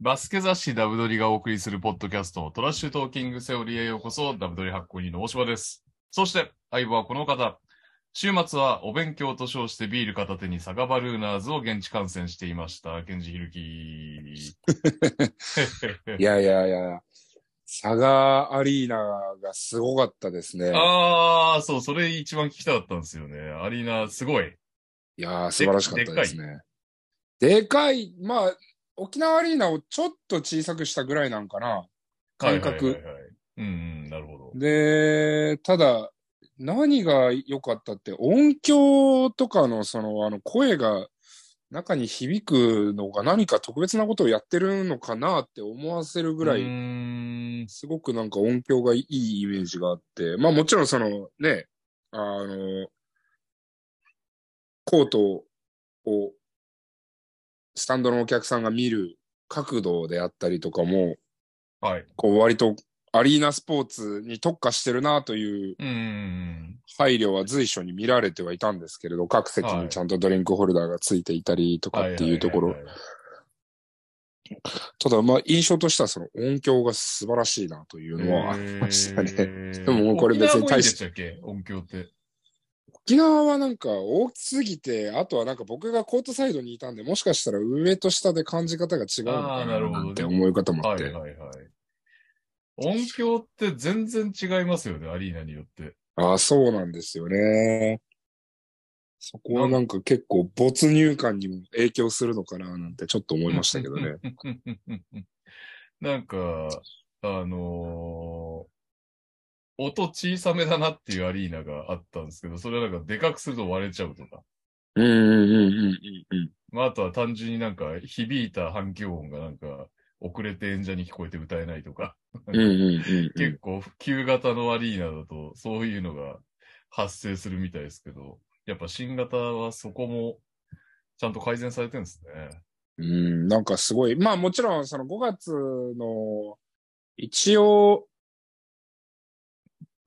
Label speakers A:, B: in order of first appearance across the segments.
A: バスケ雑誌ダブドリがお送りするポッドキャスト、トラッシュトーキングセオリーへようこそ、ダブドリ発行人の大島です。そして、相棒はこの方。週末はお勉強と称してビール片手に酒場ルーナーズを現地観戦していました。ケンジヒルキ
B: いやいやいや、佐賀アリーナがすごかったですね。
A: ああ、そう、それ一番聞きたかったんですよね。アリーナ、すごい。
B: いやー、素晴らしかったですね。でかい、まあ、沖縄アリーナをちょっと小さくしたぐらいなんかな。感覚
A: はいはいはいはいうんうん、なるほど。
B: で、ただ、何が良かったって、音響とかの、その、あの、声が中に響くのが何か特別なことをやってるのかなって思わせるぐら
A: うー
B: い、
A: ん。
B: すごくなんか音響がいいイメージがあって、まあもちろんその、ね、あの、コートを、スタンドのお客さんが見る角度であったりとかも、
A: はい。
B: こう割とアリーナスポーツに特化してるなという
A: うんうんうん。
B: 配慮は随所に見られてはいたんですけれど、各席にちゃんとドリンクホルダーがついていたりとかっていうところ
A: は。いはいはいはい
B: ただまあ印象としてはその音響が素晴らしいなというのはありましたね。
A: ね
B: でももうこれ別に
A: 大
B: 大
A: し。
B: し
A: 沖縄もいいんでし
B: て
A: たっけ音響って。
B: 沖縄はなんか大きすぎて、あとはなんか僕がコートサイドにいたんで、もしかしたら上と下で感じ方が違うの
A: あー
B: か
A: な
B: な
A: るほど
B: な
A: ね
B: んて思い方もあ
A: は
B: っ
A: い
B: て。
A: はいはい。音響って全然違いますよね、アリーナによって。
B: ああ、そうなんですよね。そこはなんか結構没入感にも影響するのかななんてちょっと思いましたけどね。
A: なんか、あのー音小さめだなっていうアリーナがあったんですけど、それはなんかでかくすると割れちゃうとか。
B: うんうんうんうんうんうん。
A: まあ、あとは単純になんか響いた反響音がなんか遅れて演者に聞こえて歌えないとか、
B: うんうんうんう
A: 結
B: ん。
A: 構旧型のアリーナだとそういうのが発生するみたいですけど、やっぱ新型はそこもちゃんと改善されてるんですね。
B: うん、なんかすごい。まあもちろんその5月の一応、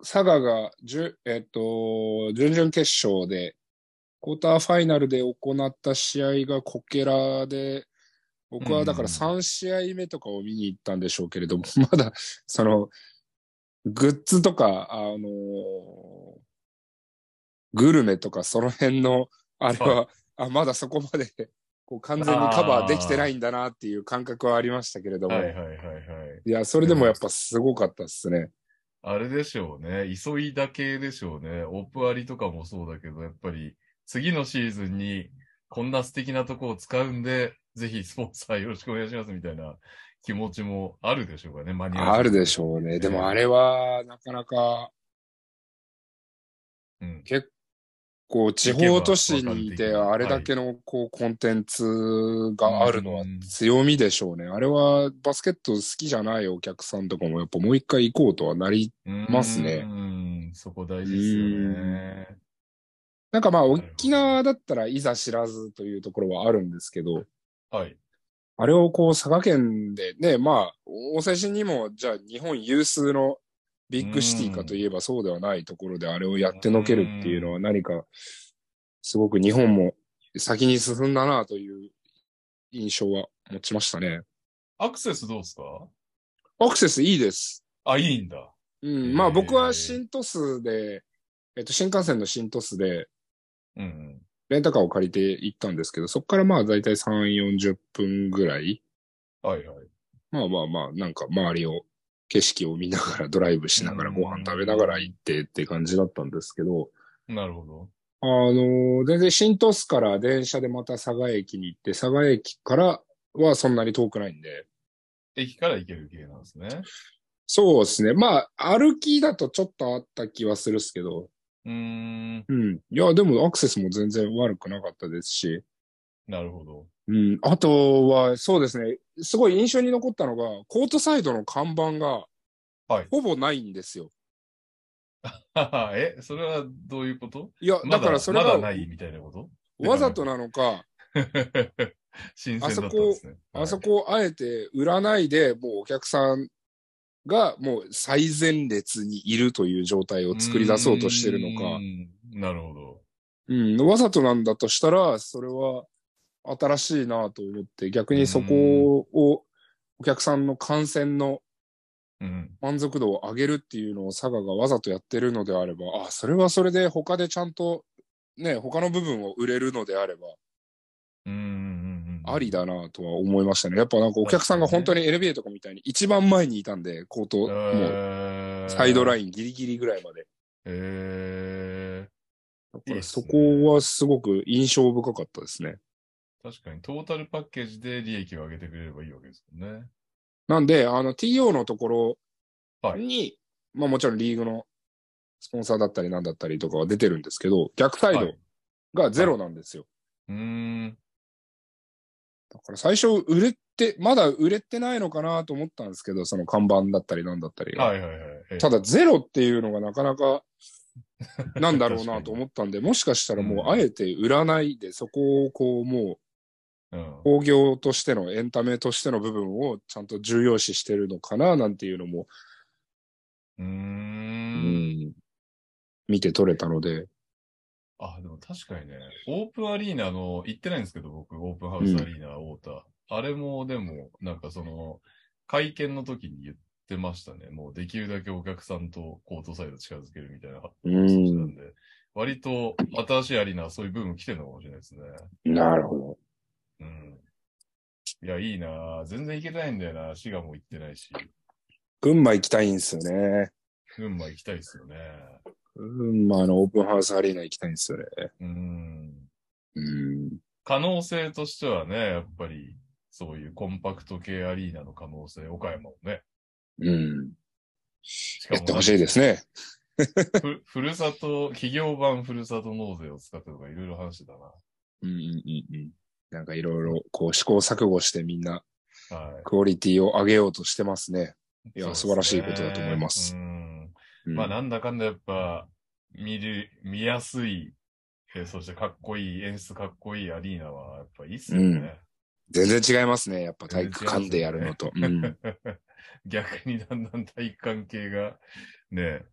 B: 佐賀が、じゅえっと、準々決勝で、クォーターファイナルで行った試合がコケラで、僕はだ
A: う
B: から
A: ん
B: 3試合目とかを見に行ったんでしょうけれども、まだ、その、グッズとか、あのグルメとかその辺の、あれは、あ、まだそこまで、こう完全にカバーできてないんだなっていう感覚はありましたけれども、
A: はいはい
B: い
A: はいはい。
B: や、それでもやっぱすごかったですね。
A: あれでしょうね。急いだ系でしょうね。オープンアリとかもそうだけど、やっぱり次のシーズンにこんな素敵なとこを使うんで、ぜひスポンサーよろしくお願いしますみたいな気持ちもあるでしょうかね、マニア
B: あるでし
A: ょ
B: ょうね。でもあれは、なかなか、
A: う。うん。
B: こう、地方都市にい
A: 行け
B: て、
A: ば
B: あれだけの、こう、コンテンツがあるのは
A: うん
B: 強みでしょうね。あれは、バスケット好きじゃないお客さんとかも、やっぱもう一回行こうとはなり、ますね
A: うん、そこ大事ですよね。
B: なんかまあ、沖縄だったらいざ知らずというところはあるんですけど、
A: はい。
B: あれをこう、佐賀県でね、まあ、大瀬市にも、じゃあ日本有数のビッグシティかといえばそうではないところであれをやってのけるっていうのは何か、すごく日本も先に進んだなという印象は持ちましたね。
A: アクセスどうですか
B: アクセスいいです。
A: あ、いいんだ。
B: うん。まあ
A: へー
B: 僕は新都市で、えっと、新幹線の新都市で
A: うんうん。
B: レンタカーを借りて行ったんですけど、そこからまあ大体3、40分ぐらい
A: はいはい。
B: まあまあまあ、なんか周りを、景色を見ながら、ドライブしながら、
A: うん
B: ご飯食べながら行ってって感じだったんですけど、
A: なるほど。
B: あのー全然新都市から電車でまた佐賀駅に行って、佐賀駅からはそんなに遠くないんで、
A: 駅から行ける系なんですね。
B: そうですね。まあ、歩きだとちょっとあった気はするっすけど、
A: うーん。
B: うん。いや、でもアクセスも全然悪くなかったですし、
A: なるほど。
B: うん。あとは、そうですね。すごい印象に残ったのが、コートサイドの看板が
A: はい、
B: ほぼないんですよ。
A: ははえ、それはどういうこと
B: いや、
A: ま
B: だからそれ
A: まだ
B: は、
A: ないみたいなこと
B: わざとなのか、
A: 新鮮だったんですね。
B: あそこをあえて売らないで、もうお客さんがもう最前列にいるという状態を作り出そうとしてるの
A: う
B: か
A: ー、ん。なるほど。
B: うん、わざとなんだとしたら、それは新しいなと思って、逆にそこを、お客さんの観戦の
A: うん。
B: 満足度を上げるっていうのを佐賀がわざとやってるのであれば、あ、それはそれで他でちゃんと、ね、他の部分を売れるのであれば、
A: うんうんうんうん。
B: ありだなとは思いましたね。やっぱなんかお客さんが本当に NBA とかみたいに一番前にいたんで、コート、もう
A: えー
B: サイドラインギリギリぐらいまで。
A: え
B: だか
A: いいっ
B: ら
A: す
B: そ
A: ね
B: こはすごく印象深かったですね。
A: ー確かに、トータルパッケージで利益を上げてくれればいいわけですもんね。
B: なんで、あの TO のところ
A: は
B: に、まあもちろんリーグのスポンサーだったりなんだったりとかは出てるんですけど、逆サイド
A: はい
B: がゼロなんですよ。
A: うーん。
B: だから最初売れて、まだ売れてないのかなと思ったんですけど、その看板だったりなんだったりが。
A: はいはいはい。えー
B: ただゼロっていうのがなかな か、なんだろうな
A: 確
B: と
A: かに
B: 思ったんで、もしかしたらも
A: う
B: うんあえて売らないで、そこをこうもう
A: うん。
B: 工業としてのエンタメとしての部分をちゃんと重要視してるのかななんていうのも、
A: うー。
B: うんん、見て取れたので、
A: あ、でも確かにね、オープンアリーナの、行ってないんですけど、僕、オープンハウスアリーナ、太田。あれも、でも、なんかその、会見の時に言ってましたね。もう、できるだけお客さんとコートサイド近づけるみたいな話
B: う
A: してた
B: ん、
A: んで、割と、新しいアリーナはそういう部分来てるのかもしれないですね。
B: なるほど。
A: うん。いや、いいなぁ全然行けてないんだよな滋賀も行ってないし。
B: 群馬行きたいんですよね。
A: 群馬行きたいですよね。
B: 群馬のオープンハウスアリーナ行きたいんですよね。
A: うん。
B: うん
A: 可能性としてはね、やっぱり、そういうコンパクト系アリーナの可能性、岡山もね。
B: うん。
A: しか
B: や
A: も
B: ってほしいですね。
A: ふふるさと、企業版ふるさと納税を使ってとかいろいろ話してた
B: うんうんうんうん。なんかいろいろこう試行錯誤してみんな
A: な。はい。
B: クオリティを上げようとしてますね。い
A: そうで
B: や
A: すね
B: 素晴らしいことだと思います
A: うん。
B: うん
A: まあなんだかんだやっぱ、見る、見やすい、えーそしてかっこいい、演出かっこいいアリーナはやっぱいいっすよね。
B: 全然違いますね。やっぱ体育館でやるのと。うん、
A: 逆にだんだん体育関係が、ね、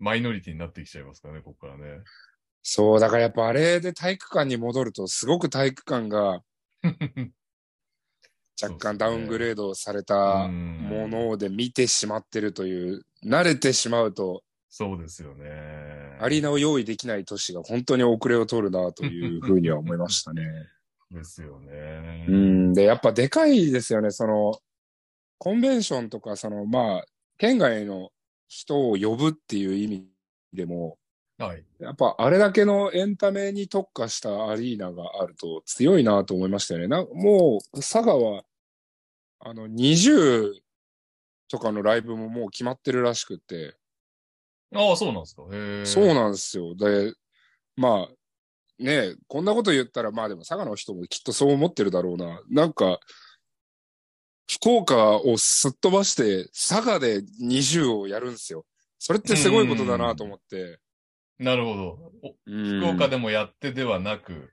A: マイノリティになってきちゃいますからね、ここからね。
B: そう、だからやっぱあれで体育館に戻ると、すごく体育館が若干ダウングレードされたも
A: も
B: ので見てしまってるという、慣れてしまうと、
A: そうですよね。
B: アリーナを用意できない都市が本当に遅れを取るなというふうには思いましたね。
A: ですよね。
B: うん、で、やっぱでかいですよね。その、コンベンションとか、その、まあ、県外の人を呼ぶっていう意味でも、
A: はい。
B: やっぱあれだけのエンタメに特化したアリーナがあると強いなと思いましたよね。なもう、佐賀は、あの、20とかのライブももう決まってるらしくって、
A: ああ、そうなんですか。へえ。
B: そう
A: な
B: なんですよ。で、まあ、ねえこんなこと言ったら、まあでも佐賀の人もきっとそう思ってるだろうな。なんか、福岡をすっ飛ばして、佐賀で20をやるんですよ。それってすごいことだなと思って。
A: なるほど。お
B: 福
A: 福岡でもやってではなく、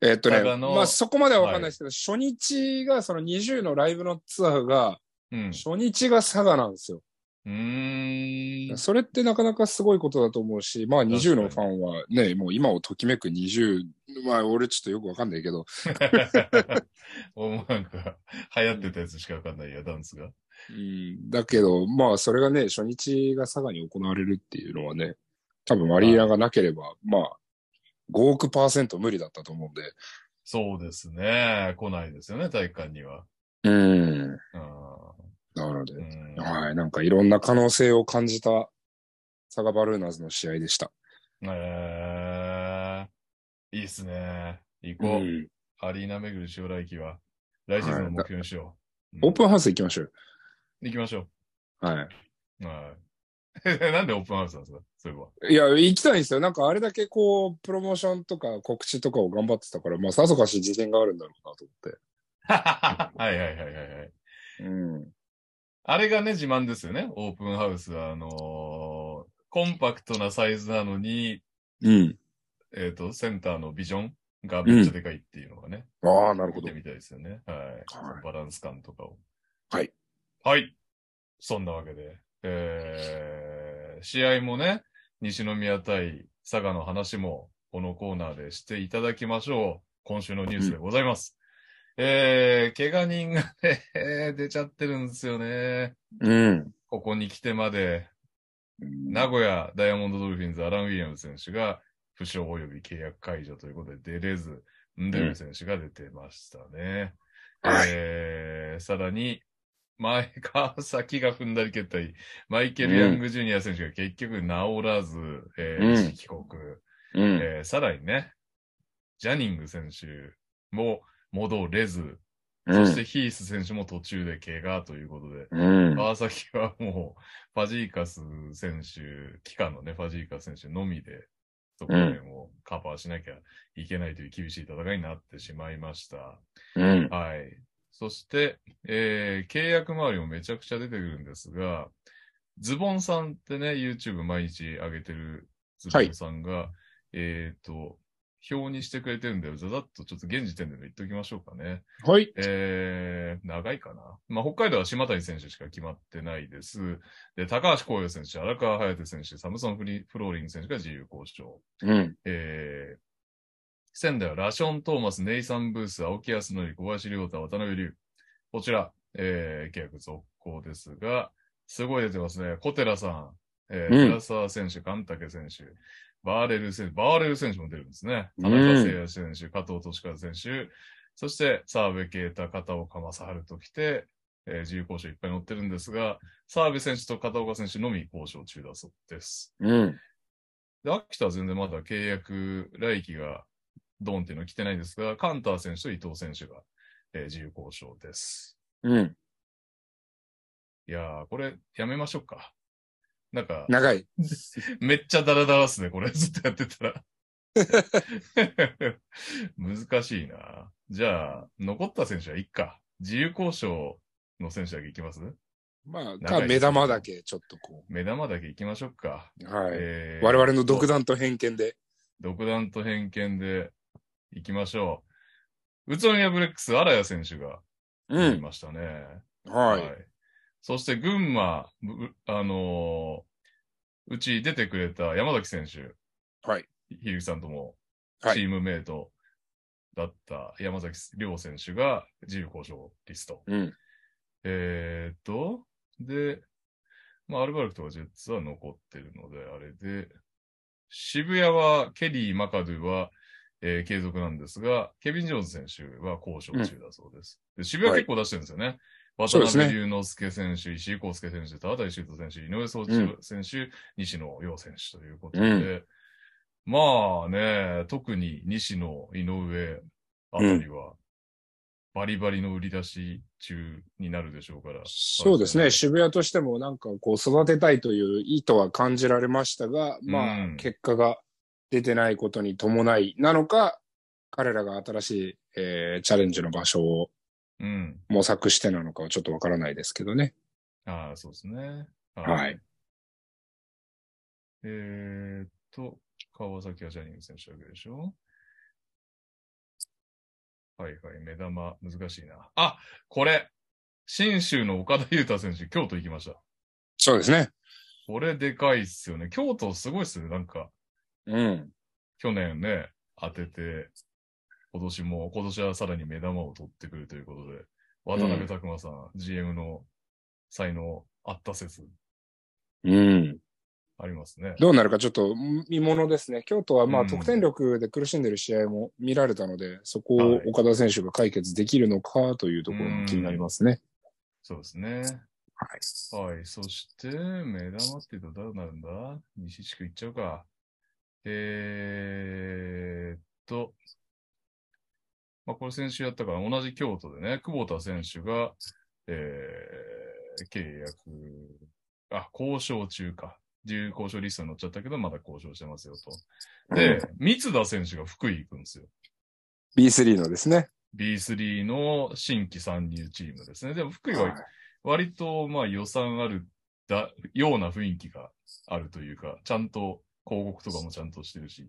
B: えっとね
A: 佐賀、の
B: まあそこまではわかんないですけど、初日がその20のライブのツアーが、
A: うん。
B: 初日が佐賀なんですよ。
A: うーん。
B: それってなかなかすごいことだと思うし、まあ20の
A: 確
B: ファンはね、もう今をときめく20、まあ俺ちょっとよくわかんないけど、
A: おもなんか、流行ってたやつしかわかんないや、ダンスが。
B: うん、だけど、まあそれがね、初日が佐賀に行われるっていうのはね、多分マリーナがなければ、まあ5億パーセント無理だったと思うんで。
A: そうですね。来ないですよね、体育館には。
B: うん。
A: あー
B: なの
A: う
B: で、
A: ん
B: はい、なんかいろんな可能性を感じた佐賀バルーナーズの試合でした。
A: えー、いいっすね。行こう。
B: うん
A: アリーナ巡る塩来期は、来シーズンの目標にしよう。
B: オープ
A: ン
B: ンハウス行きましょう
A: 行きましょ
B: よ。は
A: う。はい。 なんでオープンハウスなんですかそういえば。
B: い。いや、行きたいんですよ。なんかあれだけこう、プロモーションとか告知とかを頑張ってたから、まあさぞかし自信があるんだろうなと思っ
A: はいはいはいはいはい。
B: て。うん。
A: あれがね、自慢ですよね。オープンハウスは、あのーコンパクトなサイズなのに、
B: うん。
A: えっ、と、センターのビジョンがめっちゃでかいっていうのがね。
B: ああ、なるほど
A: 見て。みたいですよね。はい。そのバランス感とかを。
B: はい。
A: はい。そんなわけで、えー、試合もね、西宮対佐賀の話も、このコーナーでしていただきましょう。今週のニュースでございます。えー、怪我人がね、 出ちゃってるんですよね。
B: うん。
A: ここに来てまで、名古屋ダイヤモンドドルフィンズ、アラン・ウィリアムズ選手が負傷及び契約解除ということで出れず、ンデル選手が出てましたね。
B: はい
A: えー、さらに、前川崎が踏んだり蹴ったり、マイケル・ヤング・ジュニア選手が結局治らず、えー
B: うん
A: 帰国、
B: うん。
A: えーさらにね、ジャニング選手も戻れず、
B: う
A: そして
B: ん。
A: ヒース選手も途中で怪我ということで、
B: うん。
A: 川崎はもう、ファジーカス選手、期間のね、ファジーカス選手のみで、そこでもうカバーしなきゃいけないという厳しい戦いになってしまいました。
B: うん。
A: はい。そして、えー契約周りもめちゃくちゃ出てくるんですが、ズボンさんってね、YouTube 毎日上げてるズボンさんが、えっ、と、表にしてくれてるんで、ざざっとちょっと現時点でも言っておきましょうかね。
B: はい。
A: えー、長いかな。まあ、北海道は島谷選手しか決まってないです。で、高橋光也選手、荒川隼人選手、サムソンフリーフローリング選手が自由交渉。
B: うん。
A: えー、仙台はラション・トーマス、ネイサン・ブース、青木康則、小林亮太、渡辺龍。こちら、えー、契約続行ですが、すごい出てますね。小寺さん、え
B: う
A: ー、
B: ん
A: 寺沢選手、神武選手、バーレル選手、バーレル選手も出るんですね。
B: う
A: 田
B: ん
A: 中誠也選手、加藤俊和選手、そして澤部啓太、片岡正春と来て、えー自由交渉いっぱい乗ってるんですが、澤部選手と片岡選手のみ交渉中だそうです。
B: うん。
A: で、秋田は全然まだ契約、来季がドンっていうのは来てないんですが、カンター選手と伊藤選手が、えー自由交渉です。
B: うん。
A: いやー、これやめましょうか。なんか、
B: 長い。
A: めっちゃダラダラっすね、これ。 ずっとやってたら。難しいな。じゃあ、残った選手はいっか。自由交渉の選手だけいきます
B: まあ、
A: 長い
B: か、目玉だけ、ちょっとこ
A: 目玉だけいきましょうか。
B: う。はい。
A: えー
B: 我々の独断と偏見で。
A: 独断と偏見でいきましょう。宇都宮ブレックス、荒谷選手が
B: う
A: い
B: ん。
A: ましたね。
B: はい。
A: そして群馬、ぶあのーうち出てくれた山崎選手。
B: はい。
A: ひるきさんとも
B: はい
A: チームメイトだった山崎亮選手が自由交渉リスト。
B: うん。
A: えーっと、で、まあ、アルバルクとかジェッツは残ってるので、あれで、渋谷は、ケリー・マカドゥは、えー継続なんですが、ケビン・ジョーンズ選手は交渉中だそうです。で渋谷
B: はい
A: 結構出してるんですよね。
B: そ
A: 渡
B: うですね
A: 辺龍之介選手、石井康介選手、田畑修斗選手、井上宗一郎選手、西野陽選手ということで、
B: うん
A: まあね、特に西野、井上あたりは、バリバリの売り出し中になるでしょうから。
B: そうですね。渋谷としてもなんかこう育てたいという意図は感じられましたが、ま
A: う
B: あ
A: ん
B: 結果が出てないことに伴いなのか、彼らが新しい、えーチャレンジの場所を
A: うん。
B: 模索してなのかはちょっとわからないですけどね。
A: ああ、そうですね。
B: はい。
A: えーっと、川崎はジャニーズ選手だけでしょはいはい、目玉、難しいな。あ、これ信州の岡田優太選手、京都行きました。
B: そうですね。
A: これでかいっすよね。京都すごいっすね。なんか、
B: うん。
A: 去年ね、当てて、今年も、今年はさらに目玉を取ってくるということで、渡辺拓馬さん、GM の才能あった説
B: うん。
A: ありますね。
B: どうなるかちょっと見物ですね。京都はま
A: う
B: あ
A: ん
B: 得点力で苦しんでる試合も見られたので、そこ
A: は
B: を
A: い
B: 岡田選手が解決できるのかというところが気になりますね。
A: そうですね。
B: はい。
A: はい。そして、目玉っていうとどうなるんだ西地区行っちゃうか。えーっと、まあ、これ先週やったから、同じ京都でね、久保田選手が、えー、契約、あ、交渉中か。自由交渉リストに載っちゃったけど、まだ交渉してますよと。で、三田選手が福井行くんですよ。
B: B3 のですね。
A: B3 の新規参入チームですね。でも福井
B: は
A: はい割とまあ予算あるだような雰囲気があるというか、ちゃんと広告とかもちゃんとしてるし、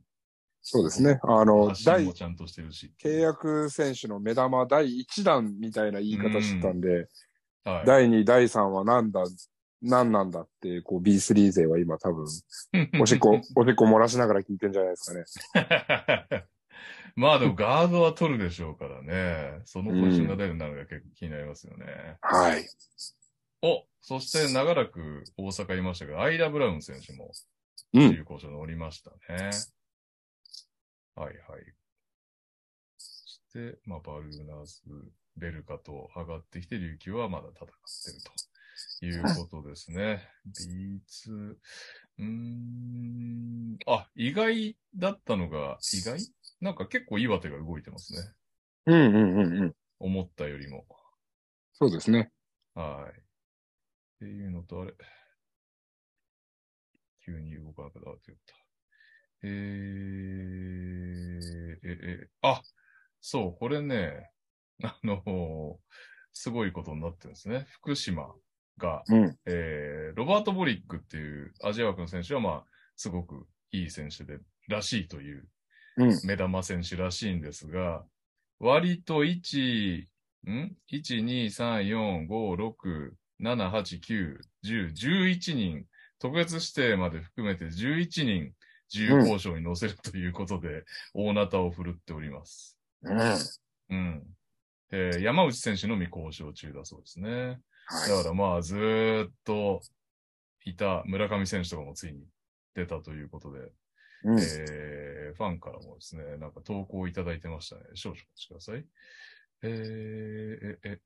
B: そうですね。あの
A: 発、信
B: 第
A: もちゃんとしてるし。
B: 契約選手の目玉第1弾みたいな言い方してたんで、
A: はい、
B: 第2、第3は何だ、何なんだって、こう B3 勢は今多分、おし っこ、おしっこ漏らしながら聞いてんじゃないですかね。
A: まあでもガードは取るでしょうからね。その方針が出るなのが結構気になりますよね。
B: はい。
A: お、そして長らく大阪いましたが、アイラ・ブラウン選手も
B: う
A: 中
B: ん。
A: 古車乗りましたね。はいはい。そして、まあ、バルーナーズ、ベルカと上がってきて、琉球はまだ戦ってるということですね。B2、うーん、あ、意外だったのが、意外なんか結構岩手が動いてますね。
B: うんうんうんうん。
A: 思ったよりも。
B: そうですね。
A: はい。っていうのと、あれ。急に動かなくなってった。えー、え、え、あ、そう、これね、 あの、すごいことになってるんですね。福島が、
B: うん。
A: えー、ロバート・ボリックっていうアジア枠の選手は、まあ、すごくいい選手で、らしいという
B: うん。
A: 目玉選手らしいんですが、割と1、ん ?1、2、3、4、5、6、7、8、9、10、11人、特別指定まで含めて11人、自由交渉に乗せるということで、大なたを振るっております。
B: うん。はい。
A: うん。えー山内選手のみ交渉中だそうですね。だからまあ、ずーっといた村上選手とかもついに出たということで、
B: うん。
A: えーファンからもですね、なんか投稿いただいてましたね。少々お待ちください。えー、え、え、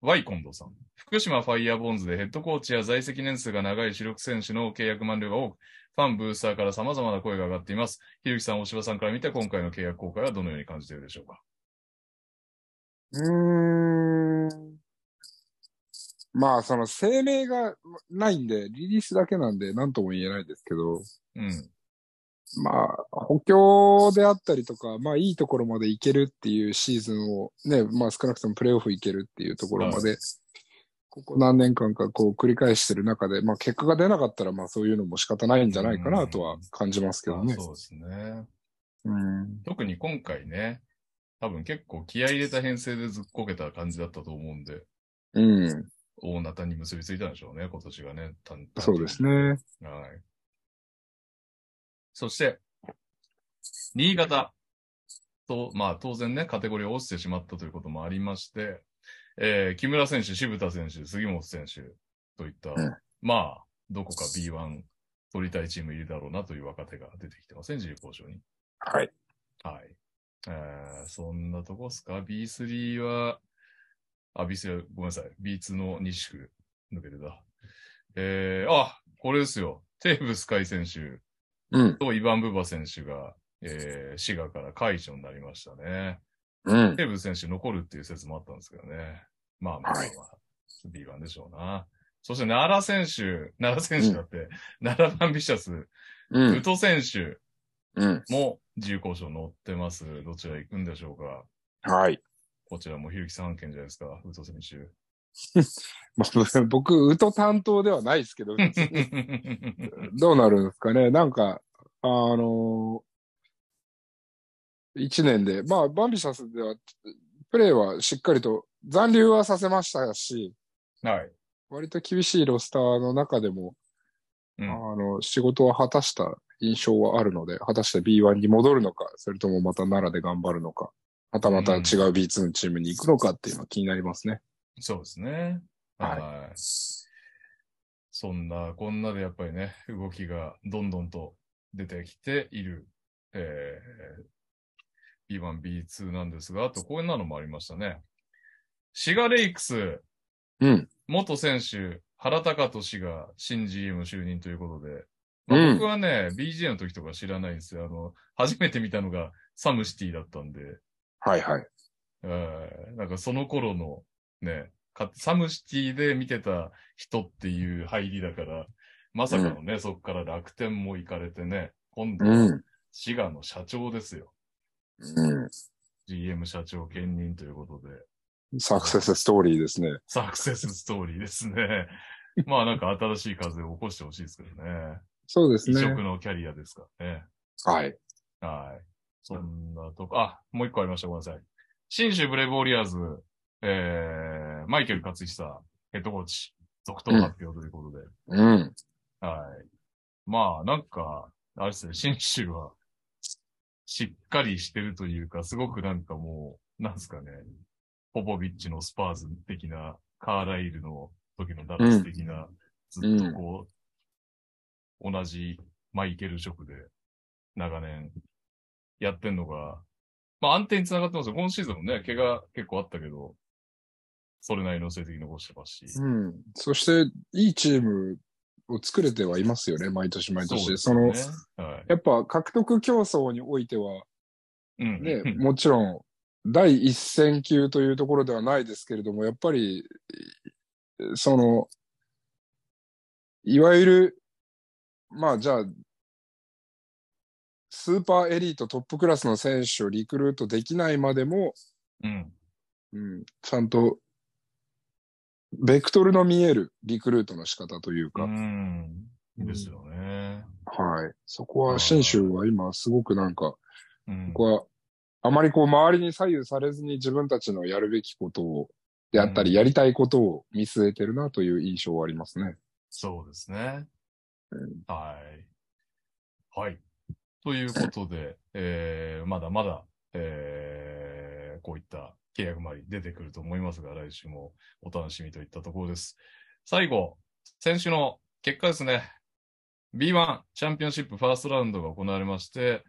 A: Y 近藤さん。福島ファイヤーボンズでヘッドコーチや在籍年数が長い主力選手の契約満了が多く、ファン、ブースターから様々な声が上がっています。ひるきさん、大柴さんから見て今回の契約公開はどのように感じているでしょうか
B: うーん。まあ、その声明がないんで、リリースだけなんで、なんとも言えないですけど、
A: うん。
B: まあ、補強であったりとか、まあ、いいところまでいけるっていうシーズンを、ね、まあ、少なくともプレーオフいけるっていうところまで、ここ何年間かこう繰り返してる中で、まあ、結果が出なかったら、まあ、そういうのも仕方ないんじゃないかなとは感じますけどね
A: あ。そうですね。
B: うん。
A: 特に今回ね、多分結構気合い入れた編成でずっこけた感じだったと思うんで、
B: うん。
A: 大なたに結びついたんでしょうね、今年がね。単単
B: そうですね。
A: はい。そして、新潟と、まあ当然ね、カテゴリーを落ちてしまったということもありまして、えー木村選手、渋田選手、杉本選手といった、
B: ん
A: まあ、どこか B1 取りたいチームいるだろうなという若手が出てきてません、自由交渉に。
B: はい。
A: はい。えーそんなとこっすか ?B3 は、あ、B3 は、ごめんなさい。B2 の西区抜けてた。えーあ、これですよ。テーブス海選手
B: うん。
A: とイバン・ブバ選手が、えー滋賀から解除になりましたね。
B: うん。
A: テーブス選手残るっていう説もあったんですけどね。まあまあまあ、
B: はい
A: まあ、B1 でしょうな。そして奈良選手、奈良選手だって、奈良バンビシャス、
B: う
A: 宇
B: ん。
A: 都選手
B: うん。
A: も自由交渉乗ってます。どちら行くんでしょうか
B: はい。
A: こちらもひるきさん案件じゃないですか、ウト選手。
B: まあ、僕、ウト担当ではないですけど、どうなるんですかね。なんか、あの一年で、まあ、バンビシャスでは、プレーはしっかりと残留はさせましたし、
A: はい。
B: 割と厳しいロスターの中でも、
A: うん
B: あの、仕事を果たした印象はあるので、果たして B1 に戻るのか、それともまた奈良で頑張るのか、またまた違う B2 のチームに行くのかっていうのは気になりますね。
A: そうですね。は。
B: はいい
A: そんな、こんなでやっぱりね、動きがどんどんと出てきている、えー、B1、B2 なんですが、あとこんなのもありましたね。シガレイクス、
B: うん。
A: 元選手、原高俊が新 GM 就任ということで、まあ
B: うん
A: 僕はね、BJ の時とか知らないんですよ。あの、初めて見たのがサムシティだったんで、
B: はいはい。
A: えーなんかその頃のね、かサムシティで見てた人っていう入りだから、まさかのね、そこから楽天も行かれてね、今度
B: う
A: は
B: ん。
A: 滋賀の社長ですよ。
B: う
A: GM 社長兼任ということで、
B: ん。サクセスストーリーですね。
A: サクセスストーリーです ね。まあなんか新しい風を起こしてほしいですけどね。
B: そうです
A: 異
B: ね。
A: 色のキャリアですからね。
B: はい。
A: はい。そんなとこ、あ、もう一個ありました。ごめんなさい。新州ブレイブウォリアーズ、えー、マイケル勝久ヘッドコーチ、続投発表ということで。
B: うん。
A: はい。まあ、なんか、あれですね、新州は、しっかりしてるというか、すごくなんかもう、なんすかね、ポポビッチのスパーズ的な、カーライルの時のダラス的な、
B: うん
A: ずっとこう、同じマイケル職で、長年、やってんのが、まあ安定につながってますよ。今シーズンもね、怪我結構あったけど、それなりの成績残してますし。
B: うん。そして、いいチームを作れてはいますよね、毎年毎年。その、
A: ですね、はい。
B: やっぱ獲得競争においては、
A: うん
B: ね、もちろん、第一線級というところではないですけれども、やっぱり、その、いわゆる、まあじゃあ、スーパーエリートトップクラスの選手をリクルートできないまでも、
A: うん。
B: うん、ちゃんと、ベクトルの見えるリクルートの仕方という
A: う
B: か、
A: ん。ですよね。
B: はい。そこは、信州は今すごくなんか、
A: うん
B: 僕は、あまりこう周りに左右されずに自分たちのやるべきことを、であった
A: うん
B: り、やりたいことを見据えてるなという印象はありますね。
A: そうですね
B: うん。
A: はい。はい。ということで、えー、まだまだ、えー、こういった契約周り出てくると思いますが、来週もお楽しみといったところです。最後、先週の結果ですね。B1 チャンピオンシップファーストラウンドが行われまして、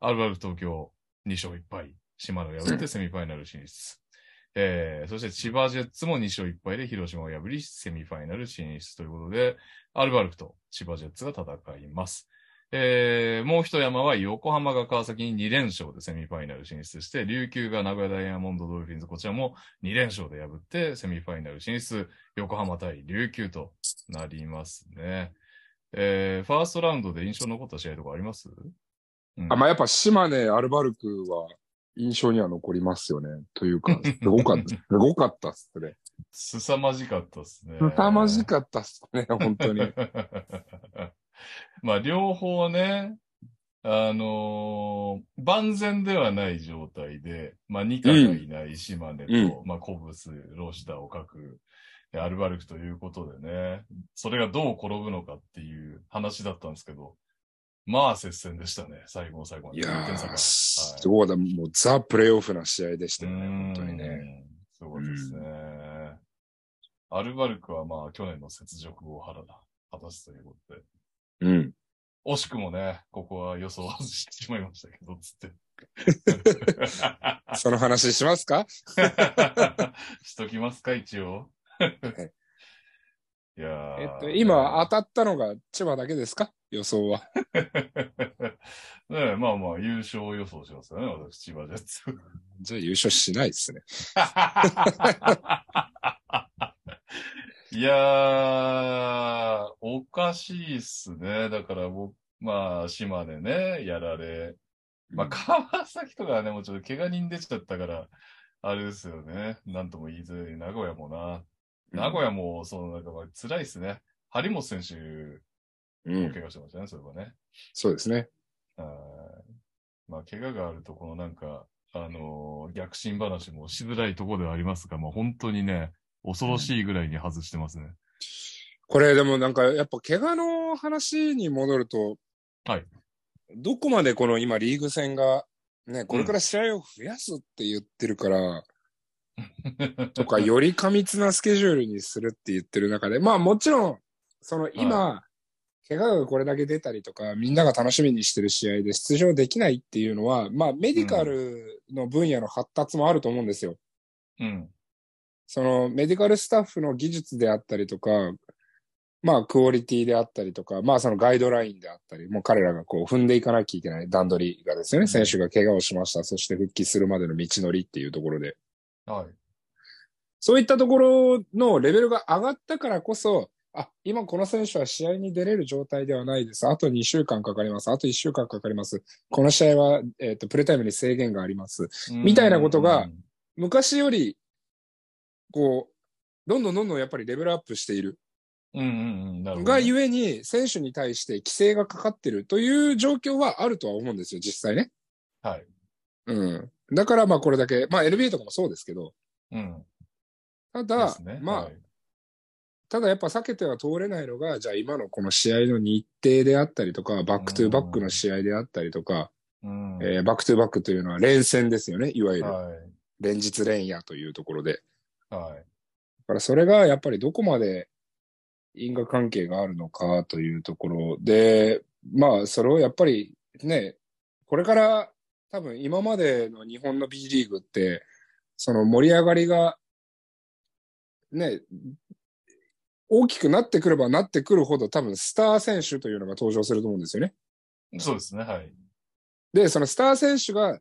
A: アルバルク東京2勝1敗、島根を破ってセミファイナル進出。えー、そして千葉ジェッツも2勝1敗で広島を破り、セミファイナル進出ということで、アルバルクと千葉ジェッツが戦います。えー、もう一山は横浜が川崎に2連勝でセミファイナル進出して、琉球が名古屋ダイヤモンドドルフィンズ、こちらも2連勝で破ってセミファイナル進出、横浜対琉球となりますね。えー、ファーストラウンドで印象に残った試合とかありますうん
B: あ、まあ、やっぱ島根、アルバルクは印象には残りますよね。というか、すごかった、 すごかったっすね。
A: すさまじかったですね。
B: 凄まじかったっすね、本当に。
A: まあ、両方ね、あのー万全ではない状態で、まあ、ニカがいない島根と、まあ、コブス、ロシタを書く、アルバルクということでね、それがどう転ぶのかっていう話だったんですけど、まあ、接戦でしたね、最後の最後ま
B: い
A: で。
B: や
A: 9点差
B: ー、
A: から
B: すごいだ、もうザ・プレイオフな試合でしたよね、本当にね。
A: ね。すごいですね。アルバルクはまあ去年の雪辱を果た果たすということで、
B: うん。
A: 惜しくもね、ここは予想を外してしまいましたけど、つっ て。
B: その話しますか
A: しときますか、一応。いやー
B: えっと、今、 当たったのが千葉だけですか予想は。
A: ねえまあまあ、優勝予想しますよね、私、千葉ジェッツ。
B: じゃあ優勝しないですね。
A: いやー、おかしいっすね。だから僕、まあ、島でね、やられ。まあ、川崎とかはね、もうちょっと怪我人出ちゃったから、あれですよね。なんとも言いづらい。名古屋もな。名古屋も、その、なんか、まあ辛いっすね。張本選手、
B: う
A: も
B: ん、
A: 怪我してましたね、それはね。
B: そうですね。
A: はいまあ、怪我があると、このなんか、あのー逆進話もしづらいところではありますが、まあ、本当にね、恐ろしいぐらいに外してますね。
B: これでもなんか、やっぱ怪我の話に戻ると、
A: はい。
B: どこまでこの今リーグ戦が、ね、これから試合を増やすって言ってるから、とか、より過密なスケジュールにするって言ってる中で、まあもちろん、その今、怪我がこれだけ出たりとか、みんなが楽しみにしてる試合で出場できないっていうのは、まあメディカルの分野の発達もあると思うんですよ。
A: うん。
B: そのメディカルスタッフの技術であったりとか、まあクオリティであったりとか、まあそのガイドラインであったり、もう彼らがこう踏んでいかなきゃいけない段取りがですよ
A: う
B: ね。
A: ん
B: 選手が怪我をしました。そして復帰するまでの道のりっていうところで。
A: はい。
B: そういったところのレベルが上がったからこそ、あ、今この選手は試合に出れる状態ではないです。あと2週間かかります。あと1週間かかります。この試合は、えっ、と、プレータイムに制限があります。みたいなことが
A: うん、
B: 昔より、こう、どんどんどんどんやっぱりレベルアップしている。
A: うんうんうん。なるほど
B: が
A: ね、
B: ゆえに、選手に対して規制がかかってるという状況はあるとは思うんですよ、実際ね。
A: はい。
B: うん。だからまあこれだけ、まあ NBA とかもそうですけど、
A: うん。
B: た
A: で
B: だ、
A: すね
B: まあ、
A: はい
B: ただやっぱ避けては通れないのが、じゃあ今のこの試合の日程であったりとか、バックトゥーバックの試合であったりとか、
A: うん
B: えーバックトゥバックというのは連戦ですよね。いわゆる。
A: は
B: 連日連夜というところで。だ
A: い。はい。
B: からそれがやっぱりどこまで因果関係があるのかというところで、まあそれをやっぱりね、これから多分今までの日本の B リーグって、その盛り上がりがね、大きくなってくればなってくるほど多分スター選手というのが登場すると思うんですよね。
A: そうですね、はい。
B: で、そのスター選手が、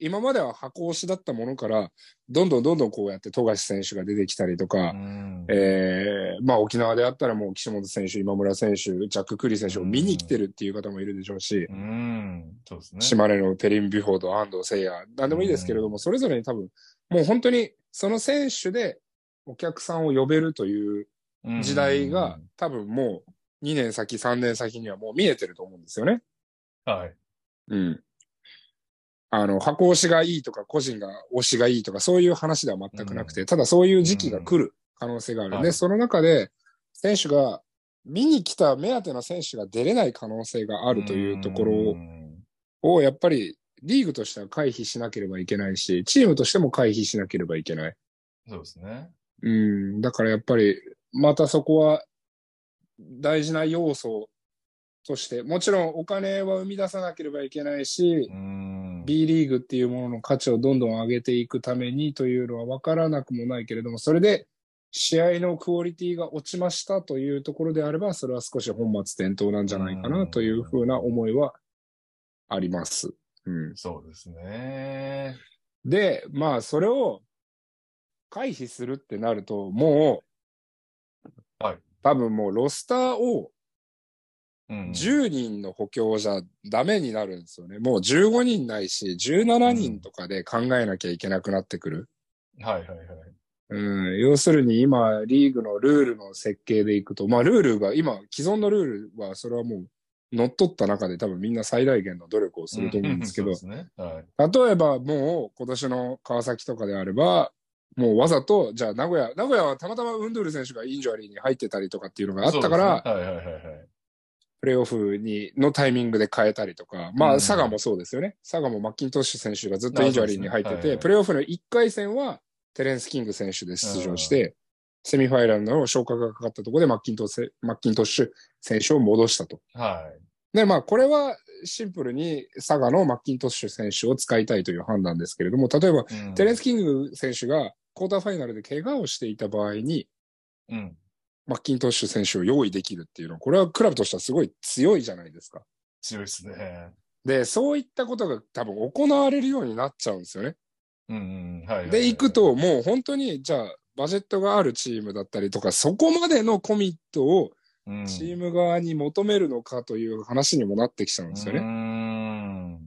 B: 今までは箱押しだったものから、どんどんどんどんこうやって富樫選手が出てきたりとか、
A: うん
B: えーまあ沖縄であったらもう岸本選手、今村選手、ジャック・クリー選手を見に来てるっていう方もいるでしょうし、
A: うん。そうですね。
B: 島根のペリン・ビュフォード、安藤聖也、なんでもいいですけれども、それぞれに多分、もう本当にその選手でお客さんを呼べるという
A: うん
B: 時代が、多分もう2年先、3年先にはもう見えてると思うんですよね。
A: はい。
B: うん。あの、箱推しがいいとか、個人が推しがいいとか、そういう話では全くなくて、ただそういう時期が来る可能性がある。
A: うんは
B: で、
A: い
B: その中で、選手が、見に来た目当ての選手が出れない可能性があ
A: あ
B: るというところを、やっぱり、リーグとしては回避しなければいけないし、チームとしても回避しなければいけない。
A: そうですね。
B: うん、だからやっぱり、またそこは大事な要素として、もちろんお金は生み出さなければいけないし、
A: うん。
B: B リーグっていうものの価値をどんどん上げていくためにというのは分からなくもないけれども、それで試合のクオリティが落ちましたというところであれば、それは少し本末転倒なんじゃないかなというふうな思いはあります。うん、
A: そうですね。
B: で、まあ、それを回避するってなると、もう、
A: はい
B: 多分もうロスターを
A: うん。
B: 10人の補強じゃダメになるんですよね。もう15人ないし、17人とかで考えなきゃいけなくなってくる。
A: はいはいはい。
B: うん、要するに今、リーグのルールの設計でいくと、まあ、ルールが、今、既存のルールは、それはもう、乗っ取った中で多分みんな最大限の努力をすると思うんですけど、
A: そうですね。はい。
B: 例えばもう今年の川崎とかであれば、もうわざと、じゃあ名古屋、名古屋はたまたまウンドゥール選手がインジュアリーに入ってたりとかっていうのがあったから、
A: そうですねはいはいはいはい。
B: プレイオフにのタイミングで変えたりとか、まあ、
A: うん
B: 佐賀もそうですよね。佐賀もマッキントッシュ選手がずっとインジュアリーに入って
A: あそうです
B: て、
A: ねはい
B: プレイオフの1回戦はテレンス・キング選手で出場して、セミファイナルの昇格がかかったところでマッキントッシュマッキントッシュ選手を戻したと。
A: はい。
B: で、まあ、これはシンプルに佐賀のマッキントッシュ選手を使いたいという判断ですけれども、例えば
A: うん
B: テレンス・キング選手がクォーターファイナルで怪我をしていた場合に、
A: うん。
B: マッキントッシュ選手を用意できるっていうのは、これはクラブとしてはすごい強いじゃないですか。
A: 強いですね。
B: で、そういったことが多分行われるようになっちゃうんですよね。
A: うんうん。はいはいはい。
B: で、行くと、もう本当に、じゃあ、バジェットがあるチームだったりとか、そこまでのコミットを
A: うん、
B: チーム側に求めるのかという話にもなってきちゃうんですよ
A: うー
B: ね。
A: ん。
B: うん。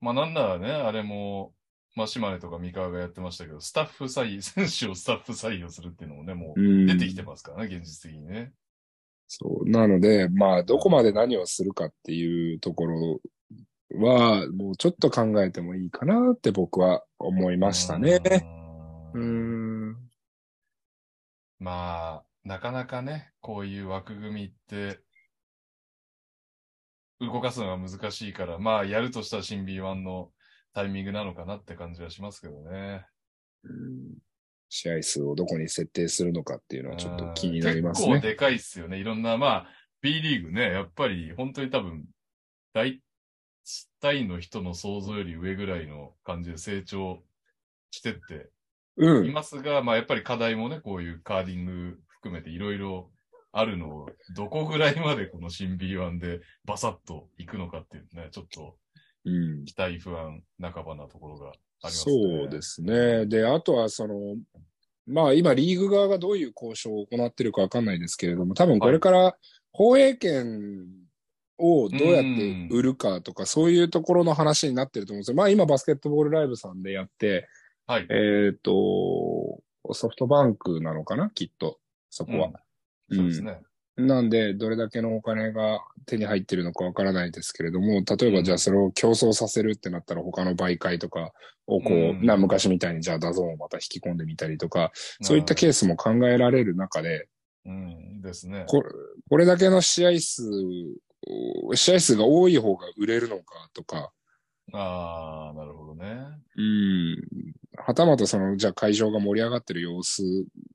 A: まあなんならね、あれも、まあ島根とか三河がやってましたけど、スタッフ採用、選手をスタッフ採用するっていうのもね、もう出てきて
B: も。
A: ますからね、現実的にね。
B: そう。なので、まあ、どこまで何をするかっていうところは、もうちょっと考えてもいいかなって僕は思いましたね。
A: う
B: う
A: ーん
B: ん。
A: まあ、なかなかね、こういう枠組みって、動かすのが難しいから、まあ、やるとしたら新 B1 のタイミングなのかなって感じはしますけどね。
B: うん試合数をどこに設定するのかっていうのはちょっと気に
A: うん
B: なります
A: 結
B: ね
A: 構。でかいっすよね。いろんな、まあ、B リーグね、やっぱり本当に多分、大体の人の想像より上ぐらいの感じで成長してって
B: う
A: い
B: ん。
A: ますが、まあやっぱり課題もね、こういうカーディング含めていろいろあるのを、どこぐらいまでこの新 B1 でバサッと行くのかっていうね、ちょっと
B: うん。
A: 期待不安半ばなところがありますね。
B: そうですね。で、あとはその、まあ今リーグ側がどういう交渉を行ってるかわかんないですけれども、多分これから放映権をどうやって売るかとか、そういうところの話になってると思うんですよ。まあ今バスケットボールライブさんでやって、
A: はい。
B: えっ、と、ソフトバンクなのかなきっと。そこは。
A: うんそうですね。
B: なんで、どれだけのお金が手に入ってるのかわからないですけれども、例えばじゃあそれを競争させるってなったら他の媒介とかをこう、
A: うん
B: な昔みたいにじゃあダゾーンをまた引き込んでみたりとか、そういったケ
A: ー
B: ースも考えられる中で、
A: うん、ですね。
B: ここれだけの試合数お試合数が多い方が売れるのかとか、
A: ああ、なるほどね。
B: うん、はたまたその、じゃあ会場が盛り上がってる様子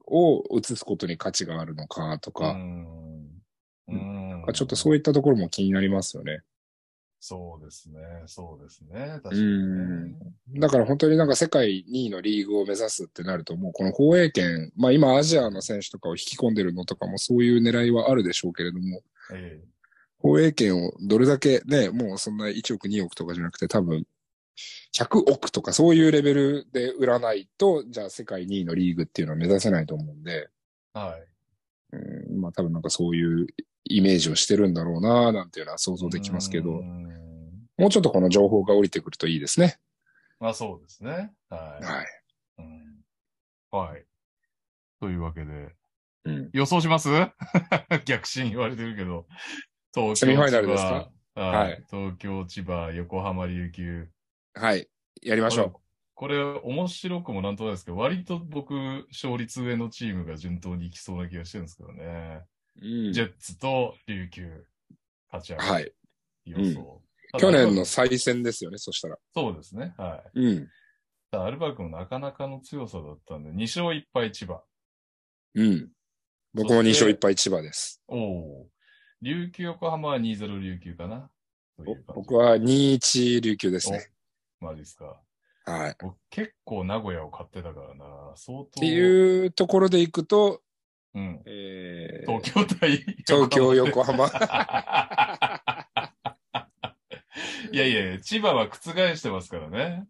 B: を映すことに価値があるのかと
A: う
B: か、
A: ん。うん
B: ちょっとそういったところも気になりますよね。
A: そうですね。そうですね。確かにね。
B: だから本当になんか世界2位のリーグを目指すってなると、もうこの放映権、まあ今アジアの選手とかを引き込んでるのとかもそういう狙いはあるでしょうけれども、
A: ええ
B: 放映権をどれだけね、もうそんな1億2億とかじゃなくて多分、100億とかそういうレベルで売らないと、じゃあ世界2位のリーグっていうのは目指せないと思うんで、
A: はい。
B: うん、まあ多分なんかそういうイメージをしてるんだろうななんていうのは想像できますけ
A: う
B: ど、
A: ん。
B: もうちょっとこの情報が降りてくるといいですね。
A: まあそうですね。はい。
B: はい。
A: うんはい。というわけで、
B: うん
A: 予想します 逆進言われてるけど。東京
B: セミファイナルですか
A: 千葉はい
B: はい
A: 東京、千葉、横浜、琉球。
B: はい。やりましょう。
A: これ、面白くもなんともないですけど、割と僕、勝率上のチームが順当にいきそうな気がしてるんですけどね。
B: うん
A: ジェッツと琉球、勝ち上が
B: は
A: る
B: い。
A: 予想。ただ
B: 去年の再戦ですよね、そしたら。
A: そうですね。はい。
B: うん。
A: ただアルバルクもなかなかの強さだったんで、2勝1敗千葉。
B: うん。僕も2勝1敗千葉です。
A: おお。琉球横浜は2-0琉球かなとい
B: お
A: う感じ
B: 僕は2-1琉球ですね。
A: マジですか。
B: はい。っ
A: 僕結構名古屋を買ってたからな。相当。
B: ていうところでいくと、
A: うん。
B: えー、
A: 東京対
B: 東京、
A: 横
B: 横浜。
A: 浜。 いやいや、千葉は覆してますからね。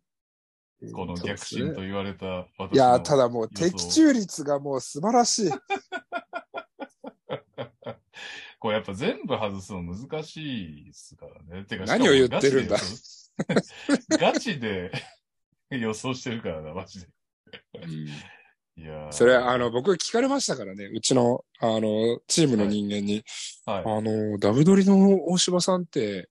A: この逆
B: そう
A: 進
B: です
A: と
B: ね
A: 言われた私の
B: いやー、ただもう
A: 予想
B: 的中率がもう素晴らしい。
A: これやっぱ全部外すの難しいですからね。てか
B: 何を言ってるんだ。
A: しかもガチで予想ガチで予想してるからな、マジで。いやー
B: それは、あの、、僕聞かれましたからね、うちの、あの、チームの人間に、
A: はい。
B: あの、ダブドリの大柴さんって、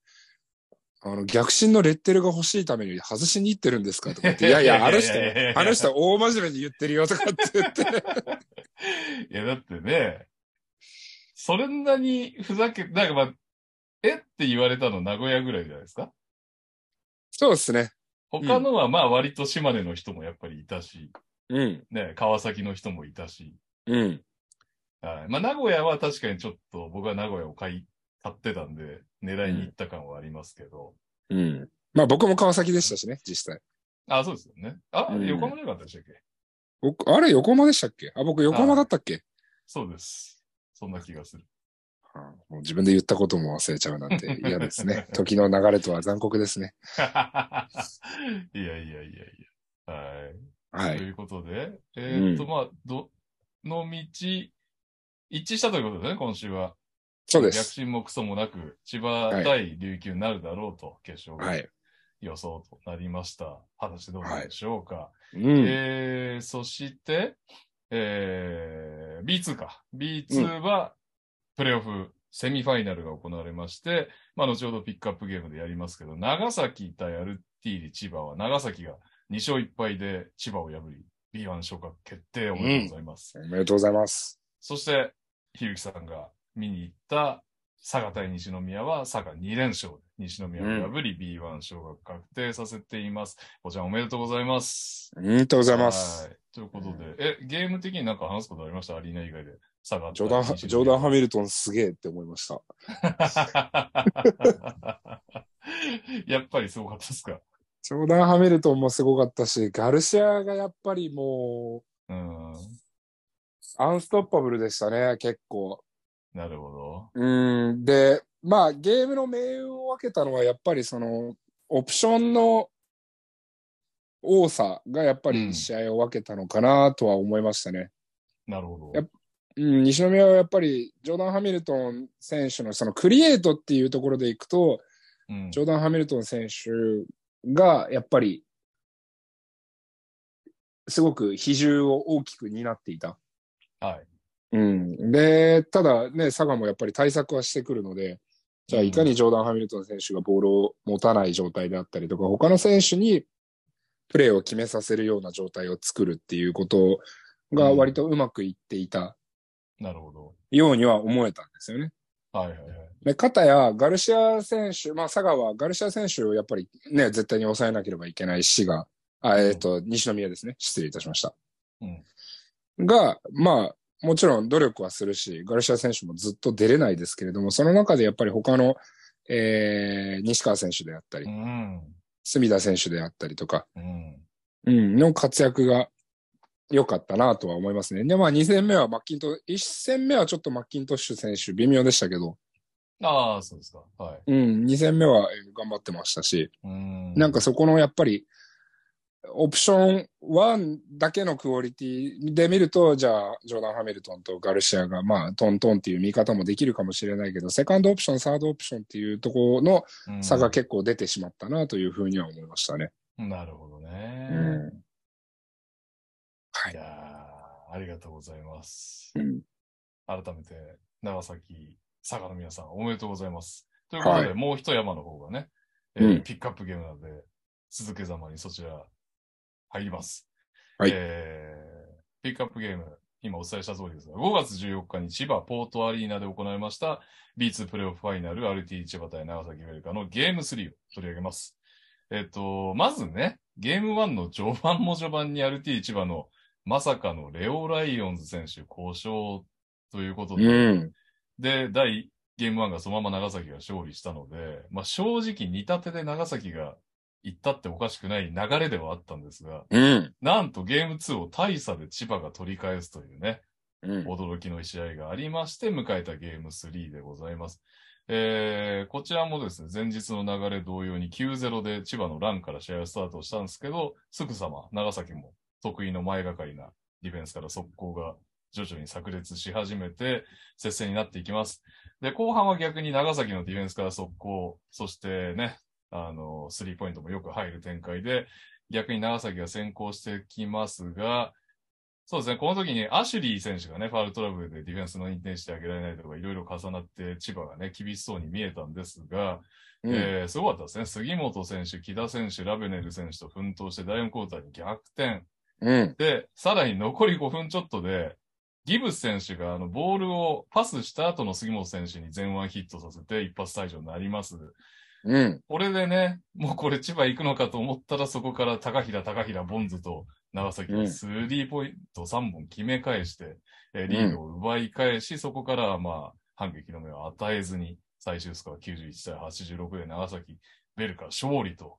B: あの、逆進のレッテルが欲しいために外しに行ってるんですかとか言 って、いやいや、あの人
A: いやいやいやいやい、や
B: あの人大真面目に言ってるよとかって言って、
A: いや、だってね、そんなにふざけ、なんかまあ、えって言われたの名古屋ぐらいじゃないですか
B: そうですね。
A: 他のはまあ割と島根の人もやっぱりいたし、
B: うん、
A: ね、川崎の人もいたし、
B: うん、
A: はい。まあ名古屋は確かにちょっと僕は名古屋を買い、買ってたんで、狙いに行った感はありますけど。
B: うん。まあ僕も川崎でしたしね、実際。
A: あ、そうですよね。あ、
B: うん
A: 横浜でよかったでしたっけ
B: 僕、あれ横浜でしたっけあ、僕横浜だったっけ
A: そうです。そんな気が する。
B: あもう自分で言ったことも忘れちゃうなんて嫌です ね。時の流れとは残酷ですね。
A: いやいやいやいや。はい。
B: は
A: と
B: い。
A: いうことで、えーっと、
B: うん
A: まあ、ど、の道、一致したということですね、今週は。
B: そうで
A: 逆
B: す。
A: 進もクソもなく、千葉対琉球になるだろうと、決勝
B: は
A: が
B: い。
A: 予想となりました。果たしてどうなんでしょうか。
B: うん。
A: えー、そして、えー、B2 か。B2 は、プレオフ、セミファイナルが行われまして、まあ、後ほどピックアップゲームでやりますけど、長崎対アルティーリ千葉は、長崎が2勝1敗で千葉を破り、B1 昇格決定おめでとうございます。
B: おめでとうございます。
A: そして、ひゆきさんが見に行った佐賀対西宮は佐賀2連勝で、西宮を破り B1 昇格確定させています。おちゃんおめでとうございます。
B: おめでとうございま
A: は
B: す。
A: い。ということで、え、ゲーム的になんか話すことありましたアリーナ以外で。サガ
B: ジョーダン、ジョーダン・ハミルトンすげえって思いました。
A: やっぱりすごかったですか。
B: ジョーダン・ハミルトンもすごかったし、ガルシアがやっぱりも
A: うん。
B: う、アンストッパブルでしたね、結構。
A: なるほど。
B: うん。で、まあ、ゲームの命運を分けたのは、やっぱりその、オプションの多さがやっぱ
A: うん
B: り試合を分けたのかなとは思いましたね。
A: なるほ
B: や
A: ど
B: っ。うん、西宮はやっぱり、ジョーダン・ハミルトン選手のそのクリエイトっていうところでいくと、
A: うん
B: ジョーダン・ハミルトン選手が、やっぱり、すごく比重を大きく担っていた。
A: はい。
B: うん。で、ただね、佐賀もやっぱり対策はしてくるので、じゃあいかにジョーダン・ハミルトン選手がボールを持たない状態であったりとか、他の選手にプレーを決めさせるような状態を作るっていうことが割とうまくいっていた
A: なるほど。
B: ようには思えたんですよね。
A: はいはいはい。
B: で、片やガルシア選手、まあ、佐賀はガルシア選手をやっぱりね、絶対に抑えなければいけない滋賀、あえっ、と、西宮ですね。失礼いたしました。が、まあ、もちろん努力はするし、ガルシア選手もずっと出れないですけれども、その中でやっぱり他の、えー、西川選手であったり
A: う、ん。
B: 隅田選手であったりとか、
A: うん。
B: うん、の活躍が良かったなとは思いますね。で、まあ2戦目はマッキントッシュ、1戦目はちょっとマッキントッシュ選手微妙でしたけど、
A: ああ、そうですか。はい。
B: うん、2戦目はえー頑張ってましたし、
A: うん。
B: なんかそこのやっぱり、オプション1だけのクオリティで見ると、じゃあ、ジョーダン・ハミルトンとガルシアが、まあ、トントンっていう見方もできるかもしれないけど、セカンドオプション、サードオプションっていうところの
A: うん
B: 差が結構出てしまったなというふうには思いましたね。
A: なるほどね。
B: うん
A: いやーありがとうございます。
B: うん
A: 改めて、長崎、佐賀の皆さん、おめでとうございます。ということで、
B: は
A: もう一山の方がね、えー
B: うん
A: ピックアップゲームなので、続けざまにそちら、入ります。
B: はい
A: えーピックアップゲーム、今お伝えした通りですが、5月14日に千葉ポートアリーナで行われました B2 プレオフファイナル RT 千葉対長崎ウェルカのゲーム3を取り上げます。えっと、まずね、ゲーム1の序盤も序盤に RT 千葉のまさかのレオ・ライオンズ選手交渉ということで、
B: うん。
A: で、第ゲーム1がそのまま長崎が勝利したので、まあ正直似たてで長崎が行ったっておかしくない流れではあったんですが、
B: うん。
A: なんとゲーム2を大差で千葉が取り返すというね、
B: うん。
A: 驚きの試合がありまして、迎えたゲーム3でございます。えーこちらもですね、前日の流れ同様に9-0で千葉のランから試合をスタートしたんですけど、すぐさま長崎も得意の前がかりなディフェンスから速攻が徐々に炸裂し始めて、接戦になっていきます。で、後半は逆に長崎のディフェンスから速攻、そしてね、あの、スリーポイントもよく入る展開で、逆に長崎が先行してきますが、そうですね、この時にアシュリー選手がね、ファールトラブルでディフェンスの認定してあげられないとか、いろいろ重なって、千葉がね、厳しそうに見えたんですが、
B: うん
A: えーすごかったですね。杉本選手、木田選手、ラベネル選手と奮闘して、第4クォーターに逆転。
B: うん。
A: で、さらに残り5分ちょっとで、ギブス選手があのボールをパスした後の杉本選手に前腕ヒットさせて一発退場になります。
B: うん。
A: これでね、もうこれ千葉行くのかと思ったらそこから高平、高平、ボンズと長崎
B: う
A: が
B: ん
A: スリーポイント3本決め返して、えーリードを奪い返し、そこからはまあ反撃の目を与えずに、最終スコア91対86で長崎、ベルカ勝利と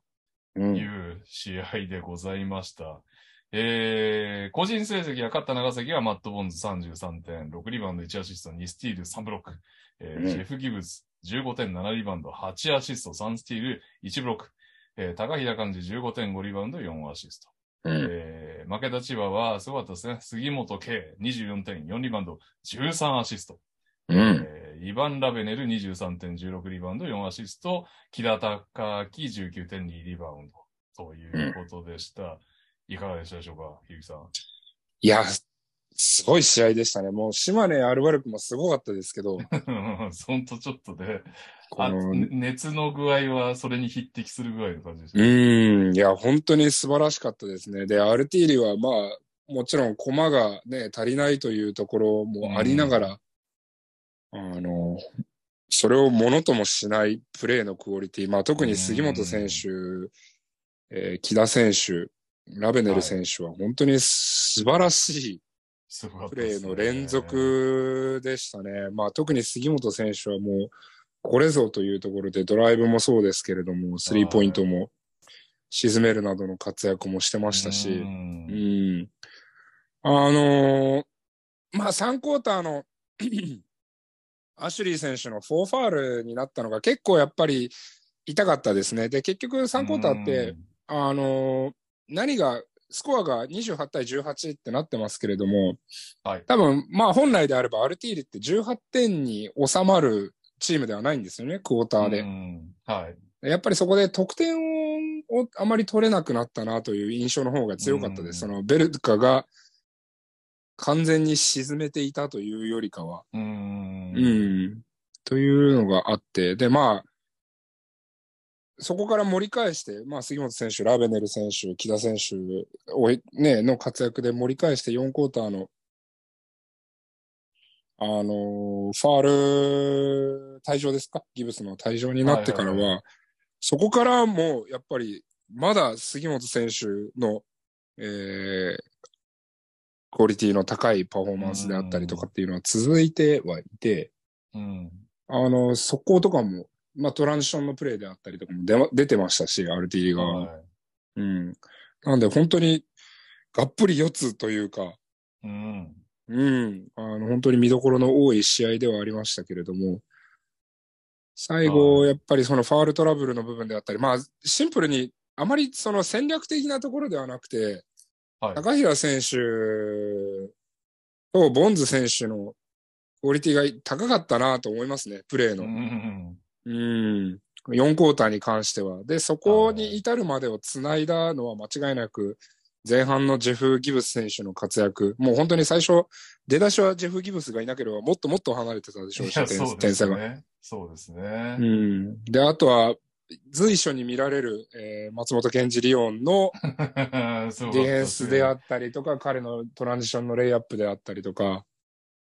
B: うん
A: い。う試合でございました。えー、個人成績が勝った長崎はマット・ボンズ33点、6リバウンド1アシスト、2スティール3ブロック。えー
B: うん
A: ジェフ・ギブズ15点7リバウンド、8アシスト、3スティール、1ブロック。えー高平寛治15.5リバウンド、4アシスト。
B: うん。
A: えー負けた千葉は、すごかったですね。杉本圭24.4リバウンド、13アシスト。
B: うん。
A: えーイバン・ラベネル23.16リバウンド、4アシスト、木田隆樹19.2リバウンドということでした。いかがでしたでしょうか、ひゆきさん。
B: いや、すごい試合でしたね。もう、島根アルバルクもすごかったです けど、
A: ほんとちょっとで、
B: こ
A: あ
B: の、
A: 熱の具合はそれに匹敵するぐらいの感じでした
B: う
A: ね。
B: ん、いや、本当に素晴らしかったですね。で、アルティーリは、まあ、もちろん、駒がね、足りないというところもありながら、あの、それをものともしないプレーのクオリティ、まあ、特に杉本選手、えー木田選手、ラベネル選手は本当に素晴らしい
A: すごかった
B: プ
A: で
B: レ
A: す
B: ー
A: ね
B: の連。続でしたね。まあ特に杉本選手はもう、これぞというところでドライブもそうですけれども、スリーポイントも沈めるなどの活躍もしてました
A: う
B: し、
A: ん
B: うん。あのーまあ3クォーターの アシュリー選手のフォーファールになったのが結構やっぱり痛かったですね。で、結局3クォーターって、、あのー何が、スコアが28対18ってなってますけれども、
A: はい
B: 多分、まあ本来であればアルティーリって18点に収まるチームではないんですよね、クォータ
A: うん
B: ーで。
A: うんはい。
B: やっぱりそこで得点をあまり取れなくなったなという印象の方が強かったです。そ
A: うん
B: のベルカが完全に沈めていたというよりかは。
A: うん
B: うん。というのがあって、で、まあ、そこから盛り返して、まあ、杉本選手、ラベネル選手、木田選手を、ね、の活躍で盛り返して4クォーターの、あの、ファール退場ですかギブスの退場になってからは、
A: はいは
B: そこからもうやっぱり、まだ杉本選手の、えー、クオリティの高いパフォーマンスであったりとかっていうのは続いてはいて、
A: うん。
B: あの、速攻とかも、まあ、トランジションのプレーであったりとかも出ま出てましたし、RT が。
A: は
B: うん。なんで本当に、がっぷり四つというか、
A: い。うん。
B: うん。あの、本当に見どころの多い試合ではありましたけれども、最後、
A: は
B: やっぱりそのファールトラブルの部分であったり、まあ、シンプルに、あまりその戦略的なところではなくて、
A: はい。
B: 高平選手とボンズ選手のクオリティが高かったなと思いますね、プレー
A: う
B: の。
A: ん。
B: うん。4クォーターに関しては。で、そこに至るまでを繋いだのは間違いなく、前半のジェフ・ギブス選手の活躍。もう本当に最初、出だしはジェフ・ギブスがいなければもっともっと離れてたでしょう
A: い
B: し、
A: や、
B: 点
A: そうで
B: 点差
A: す
B: が。
A: ね。そうですね
B: う。ん。で、あとは、随所に見られる、えー松本健二リオンの
A: すご
B: ディ
A: かったすね
B: フェンスであったりとか、彼のトランジションのレイアップであったりとか、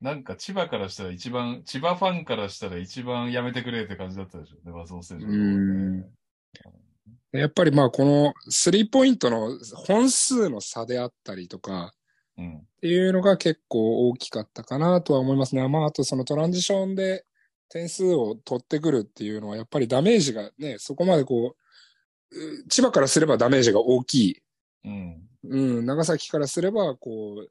A: なんか千葉からしたら一番、千葉ファンからしたら一番やめてくれって感じだったでしょうね、松本選手のところね。
B: でやっぱりまあこのスリーポイントの本数の差であったりとか、
A: うん。
B: っていうのが結構大きかったかなとは思いますね。まあ、あとそのトランジションで点数を取ってくるっていうのは、やっぱりダメージがね、そこまでこうう、千葉からすればダメージが大きい。
A: うん。
B: うん、長崎からすれば、こう、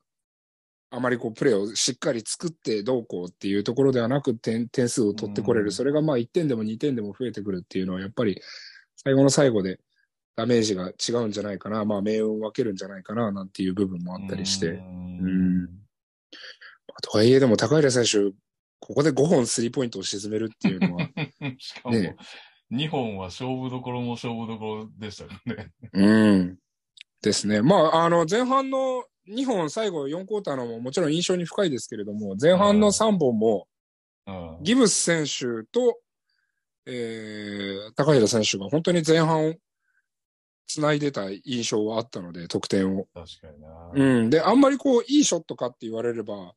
B: あまりこう、プレーをしっかり作ってどうこうっていうところではなく、点点数を取ってこれ
A: う
B: る。
A: ん
B: それがまあ1点でも2点でも増えてくるっていうのは、やっぱり最後の最後でダメージが違うんじゃないかな。まあ、命運を分けるんじゃないかな、なんていう部分もあったりして。
A: うん。
B: とはいえ、でも高平選手、ここで5本スリーポイントを沈めるっていう のは、
A: しか
B: ね
A: も、2本は勝負どころも勝負どころでしたから ね。
B: うん。ですね。まあ、あの、前半の2本、最後4クォーターのももちろん印象に深いですけれども、前半の3本も、
A: うん。
B: ギブス選手と、えー、高平選手が本当に前半を繋いでた印象はあったので、得点を。
A: 確かにな。
B: うん。で、あんまりこう、いいショットかって言われれば、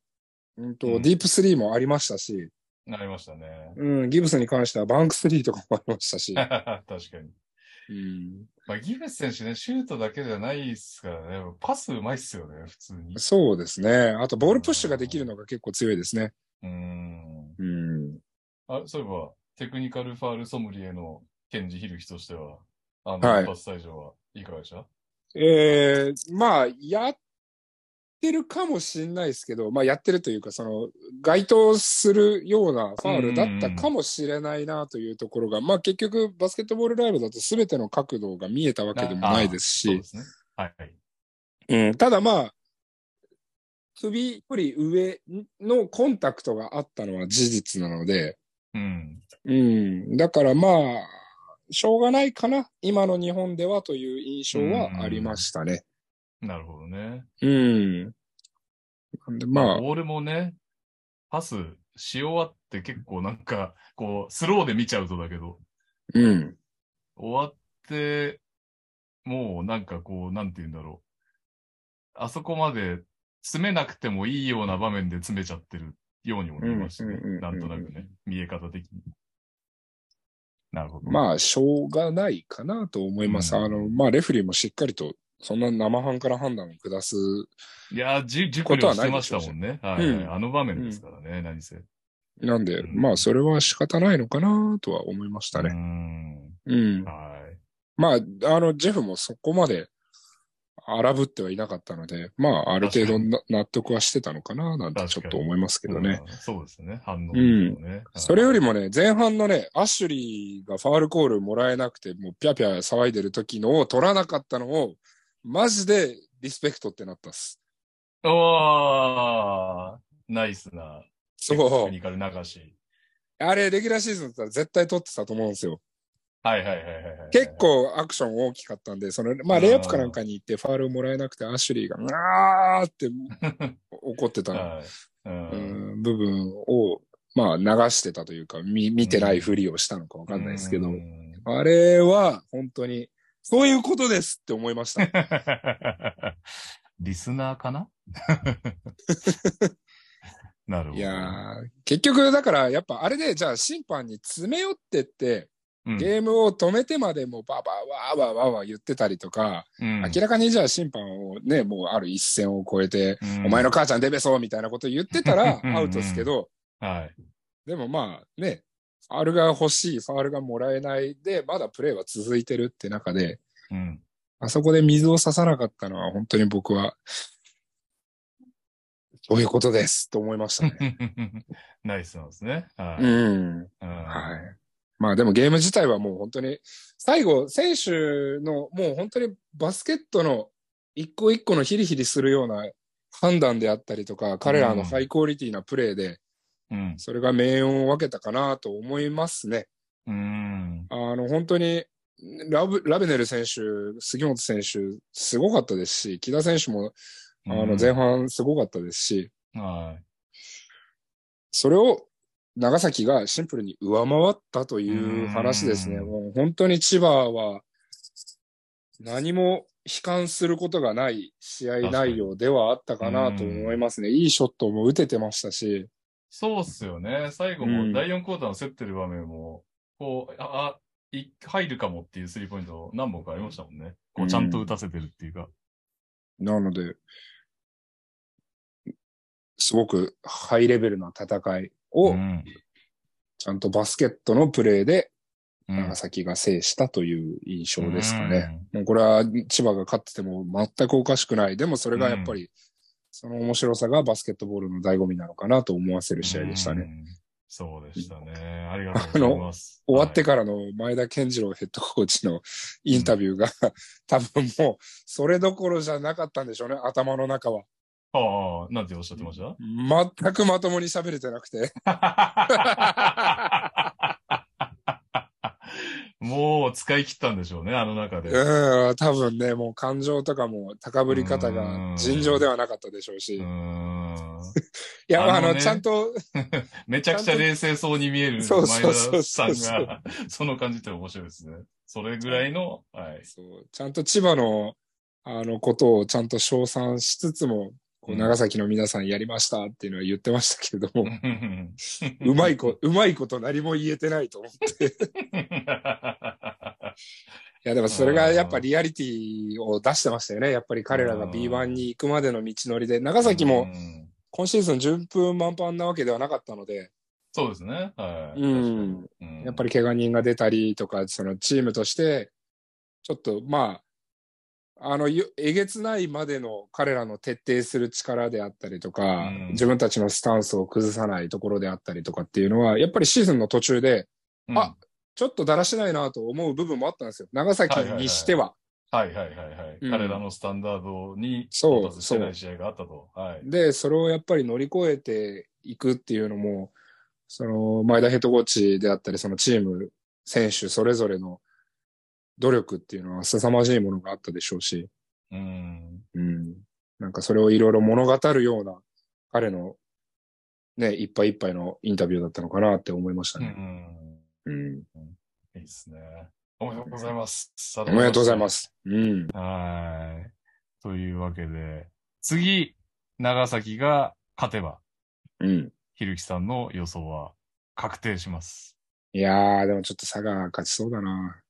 B: うんと、
A: うん
B: ディープスリーもありましたし、
A: なりましたね。、
B: うん、ギブスに関してはバンクスリーとかもありましたし
A: 確かに。
B: うん、
A: まあ、ギブス選手ね、シュートだけじゃないですからね、パスうまいっすよね、普通に。
B: そうですね。あと、ボールプッシュができるのが結構強いですね。
A: うん。
B: うん。
A: あ、そういえば、テクニカルファールソムリエのケンジヒルキとしては、あ
B: は
A: の、
B: い
A: 一発退場はいかがでした、
B: ええまあ、やってるかもしれないですけど、まあ、やってるというか、その、該当するようなファールだったかもしれないなというところが、まあ、結局、バスケットボールライブだと全ての角度が見えたわけでもないです
A: そう
B: し
A: で、すね。はいはい。
B: うん、ただまあ、首より上のコンタクトがあったのは事実なので、
A: うん。
B: うん。だからまあ、しょうがないかな。今の日本ではという印象はありましたね。
A: なるほどね。
B: うん。なんでまあ、
A: ボールもね、パスし終わって結構なんか、こう、スローで見ちゃうとだけど、
B: うん。
A: 終わって、もうなんかこう、なんて言うんだろう。あそこまで詰めなくてもいいような場面で詰めちゃってるようにも見えましたね
B: うんうんうんうんう。ん
A: なんとなくね、見え方的に。なるほど。
B: まあ、しょうがないかなと思います。
A: うん
B: あの、まあ、レフェリーもしっかりと、そんな生半可な判断を下す。
A: いやー、じ、熟
B: こと
A: 慮
B: は
A: し
B: な
A: て
B: い
A: ま
B: で
A: し
B: しょ
A: た
B: うし
A: もんね。はい、はい
B: うん
A: あの場面ですからね、何せ。
B: なんで、
A: うん
B: まあ、それは仕方ないのかなとは思いました
A: うー
B: ね。
A: ん。
B: うん。
A: はい。
B: まあ、あの、ジェフもそこまで荒ぶってはいなかったので、まあ、ある程度な納得はしてたのかななんてちょっと思いますけどね。
A: うんそうですね。反応ですよね。はい
B: それよりもね、前半のね、アッシュリーがファールコールもらえなくて、もうぴゃぴゃ騒いでる時のを取らなかったのを、マジでリスペクトってなったっす。
A: おー、ナイスな。
B: そ
A: テク
B: う。
A: ニカル流し。
B: あれ、レギュラーシーズンだったら絶対取ってたと思うんですよ。
A: はいはいはいはいはい。
B: 結。構アクション大きかったんで、その、まあ、レイアップかなんかに行ってファールをもらえなくて、アッシュリーが、うわーって怒ってた、
A: はい。う。
B: うんん、部分を、まあ、流してたというか、見、見てないふりをしたのかわかんないですけど
A: う、ん
B: あれは、本当に、そういうことですって思いました。
A: リスナーかな なるほど。
B: いやー、結局だからやっぱあれで、じゃあ審判に詰め寄ってって、
A: うん、
B: ゲームを止めてまでもババーわーわーわーわー言ってたりとか、
A: うん
B: 明らかにじゃあ審判をね、もうある一線を越えて、
A: うん
B: お前の母ちゃんデベそうみたいなこと言ってたら
A: うん
B: アウトですけど、
A: はい。
B: でもまあね、ファールが欲しい、ファールがもらえないで、まだプレーは続いてるって中で、
A: うん。
B: あそこで水を差さなかったのは本当に僕は、そういうことですと思いましたね。
A: ナイスなんですね。はい。
B: うん。
A: うん
B: はい。まあでもゲーム自体はもう本当に、最後、選手のもう本当にバスケットの一個一個のヒリヒリするような判断であったりとか、彼らのハイクオリティなプレーで、
A: うん。
B: それが命運を分けたかなと思いますね。
A: うん。
B: あの、本当に、ラブ、ラベネル選手、杉本選手、すごかったですし、木田選手も、あの、前半すごかったですし、
A: は
B: それを長崎がシンプルに上回ったという話ですね。
A: うん
B: もう本当に千葉は何も悲観することがない試合内容ではあったかなと思いますね。いいショットも打ててましたし。
A: そうっすよね。最後
B: うん
A: も第4クォーターの競ってる場面も、こう、あ、あい入るかもっていうスリーポイント何本かありましたもんね。こ
B: うん
A: うちゃんと打たせてるっていうか。
B: なので、すごくハイレベルな戦いを
A: うん
B: ちゃんとバスケットのプレーで
A: うん
B: 長崎が制したという印象ですかね。
A: うん
B: もうこれは千葉が勝ってても全くおかしくない。でもそれがやっぱり、その面白さがバスケットボールの醍醐味なのかなと思わせる試合でしたね。
A: うん。そうでしたね。ありがとうございます。
B: 終わって
A: か
B: からの前田健次郎ヘッドコーチのインタビューが、多分もうそれどころじゃなかったんでしょうね、頭の中は。
A: ら。ああ、なんておっしゃってました
B: 全くまともに喋れてなくて。
A: もう使い切ったんでしょうね、あの中で。
B: うん、多分ね、もう感情とかも高ぶり方
A: う
B: が
A: ん
B: 尋常ではなかったでしょうし。
A: うー
B: い
A: ん
B: や、あ
A: あの
B: の、
A: ね
B: ちゃんと、
A: めちゃくちゃ冷静そうに見える
B: そ
A: 前
B: うそうそう
A: 田
B: そ
A: さ
B: うん
A: が、その感じって面白いですね。それぐらいの、はい。
B: そう、ちゃんと千葉の、あの、ことをちゃんと称賛しつつも、こう
A: うん
B: 長崎の皆さんやりましたっていうのは言ってましたけれども、
A: う
B: うま いこ、うまいこと何も言えてないと思って。いや、でもそれがやっぱリアリティを出してましたよね。やっぱり彼らが
A: うん
B: B1 に行くまでの道のりで、長崎も、今シーズン順風満帆なわけではなかったので、
A: そうですね。はい。
B: うん
A: 確かに。
B: やっぱり怪我人が出たりとか、そのチームとして、ちょっとまあ、あの、よえげつないまでの彼らの徹底する力であったりとか、
A: うん
B: 自分たちのスタンスを崩さないところであったりとかっていうのは、やっぱりシーズンの途中で、
A: うん、
B: あちょっとだらしないなと思う部分もあったんですよ。長崎にしては。
A: はいはいはいはい。
B: うん
A: 彼らのスタンダードに
B: そう
A: 到達してない試合があったと。はい。
B: で、それをやっぱり乗り越えていくっていうのも、その、前田ヘッドコーチであったり、そのチーム、選手それぞれの努力っていうのは凄まじいものがあったでしょうし、
A: うん。
B: うん。なんかそれをいろいろ物語るような、彼の、ね、いっぱいいっぱいのインタビューだったのかなって思いました
A: う
B: ね。
A: ん。
B: うん。
A: いいですね。おめでとうございます。お
B: おめでとうございま。す。うん。
A: はい。というわけで、次、長崎が勝てば、
B: うん。
A: ひるきさんの予想は確定します。
B: いやー、でもちょっと佐賀勝ちそうだな。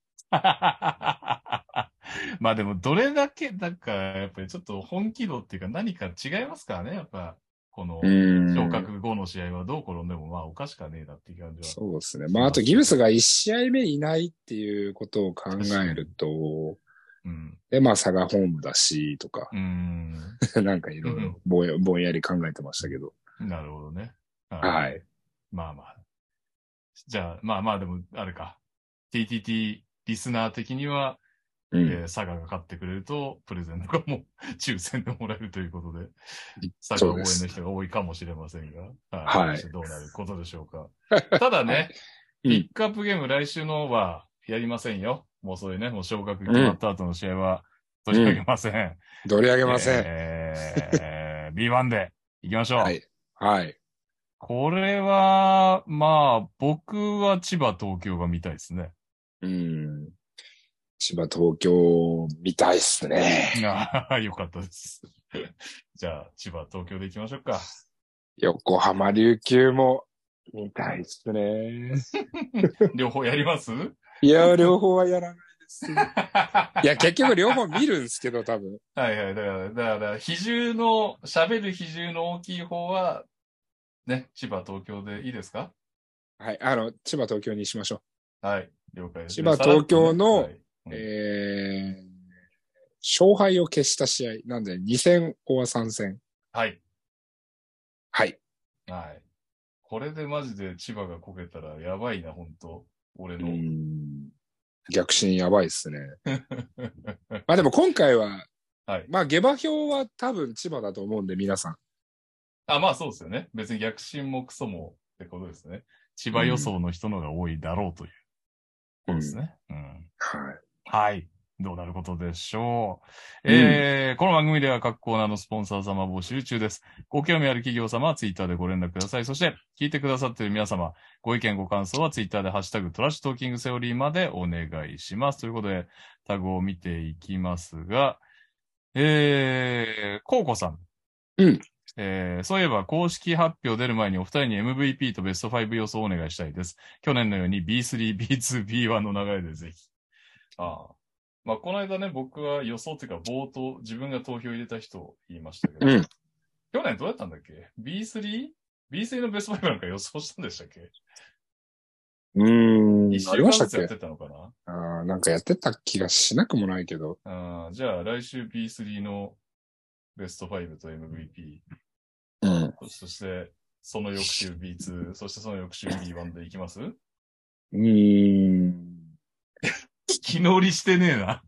A: まあでも、どれだけ、なんか、やっぱりちょっと本気度っていうか何か違いますからね、やっぱ、この
B: う、ん。
A: 昇格後の試合はどう転んでも、まあおかしかねえなっていう感じは。
B: そうですね。まあ、あとギブスが1試合目いないっていうことを考えると、
A: うん。
B: で、まあ、佐賀ホームだし、とか
A: う、ーん。
B: なんかいろいろぼんやぼんやり考えてましたけど。
A: なるほどね。。
B: はいい。
A: まあまあ。じゃあ、まあまあでも、あれか。TTT リスナー的には、
B: う
A: えー
B: ん。
A: 佐賀が勝ってくれると、プレゼントがも う抽選でもらえるということで、佐賀応
B: そう
A: 援
B: で
A: の
B: す
A: 人が多いかもしれませんが、
B: はい
A: どうなることでしょうか。ただね、
B: うん
A: ピックアップゲーム来週のはやりませんよ。もうそういうね、もう昇格決まった後の試合は取り上げません。
B: 取り上げません。
A: えー B1 で行きましょう。
B: はい。はい。
A: これは、まあ、僕は千葉、東京が見たいですね。
B: うん。千葉、東京、見たいっすね。
A: ああ、よかったです。じゃあ、千葉、東京で行きましょうか。
B: 横浜琉球も見たいっすね。
A: 両方やります
B: いや、両方はやらないです、ね。いや、結局両方見るんですけど、多分。
A: はいはい。だから、だから、比重の、喋る比重の大きい方は、ね、千葉、東京でいいですか
B: はい。あの、千葉東京にしましょ
A: はい。了解です。
B: 千葉東京の
A: はい、
B: う。
A: うん
B: えー、勝敗を消した試合。なんで、2戦、オア3戦。
A: はい。
B: はい。
A: はい。これでマジで千葉がこけたらやばいな、本当俺
B: う
A: の。
B: ん。逆進やばいっすね。 まあでも今回は、
A: はい
B: まあ下馬評は多分千葉だと思うんで、皆さん。
A: あ、まあそうですよね。別に逆進もクソもってことですね。千葉予想の人のが多いだろうということですね。うん
B: はい。
A: はい。どうなることでしょう。えーこの番組では各コーナーのスポンサー様募集中です。ご興味ある企業様はツイッターでご連絡ください。そして、聞いてくださっている皆様、ご意見ご感想はツイッターでハッシュタグトラッシュトーキングセオリーまでお願いします。ということで、タグを見ていきますが、えー、コウコさん。
B: うん。
A: えー、そういえば公式発表出る前にお二人に MVP とベスト5予想をお願いしたいです。去年のように B3、B2、B1 の流れでぜひ。ああ。まあ、この間ね、僕は予想というか、冒頭、自分が投票入れた人を言いましたけど、
B: うん
A: 去年どうやったんだっけ ?B3?B3 のベスト5なんか予想したんでしたっけ
B: う
A: 一
B: ーん。あ
A: 週
B: り
A: 間
B: ました
A: ず
B: っ
A: つやっ
B: け
A: てたのかな
B: あーなんかやってた気がしなくもないけど。
A: あーじゃあ、来週 B3 のベスト5と MVP、
B: うん。
A: そして、その翌週 B2、そしてその翌週 B1 でいきます
B: うーん。
A: 気乗りしてねえな。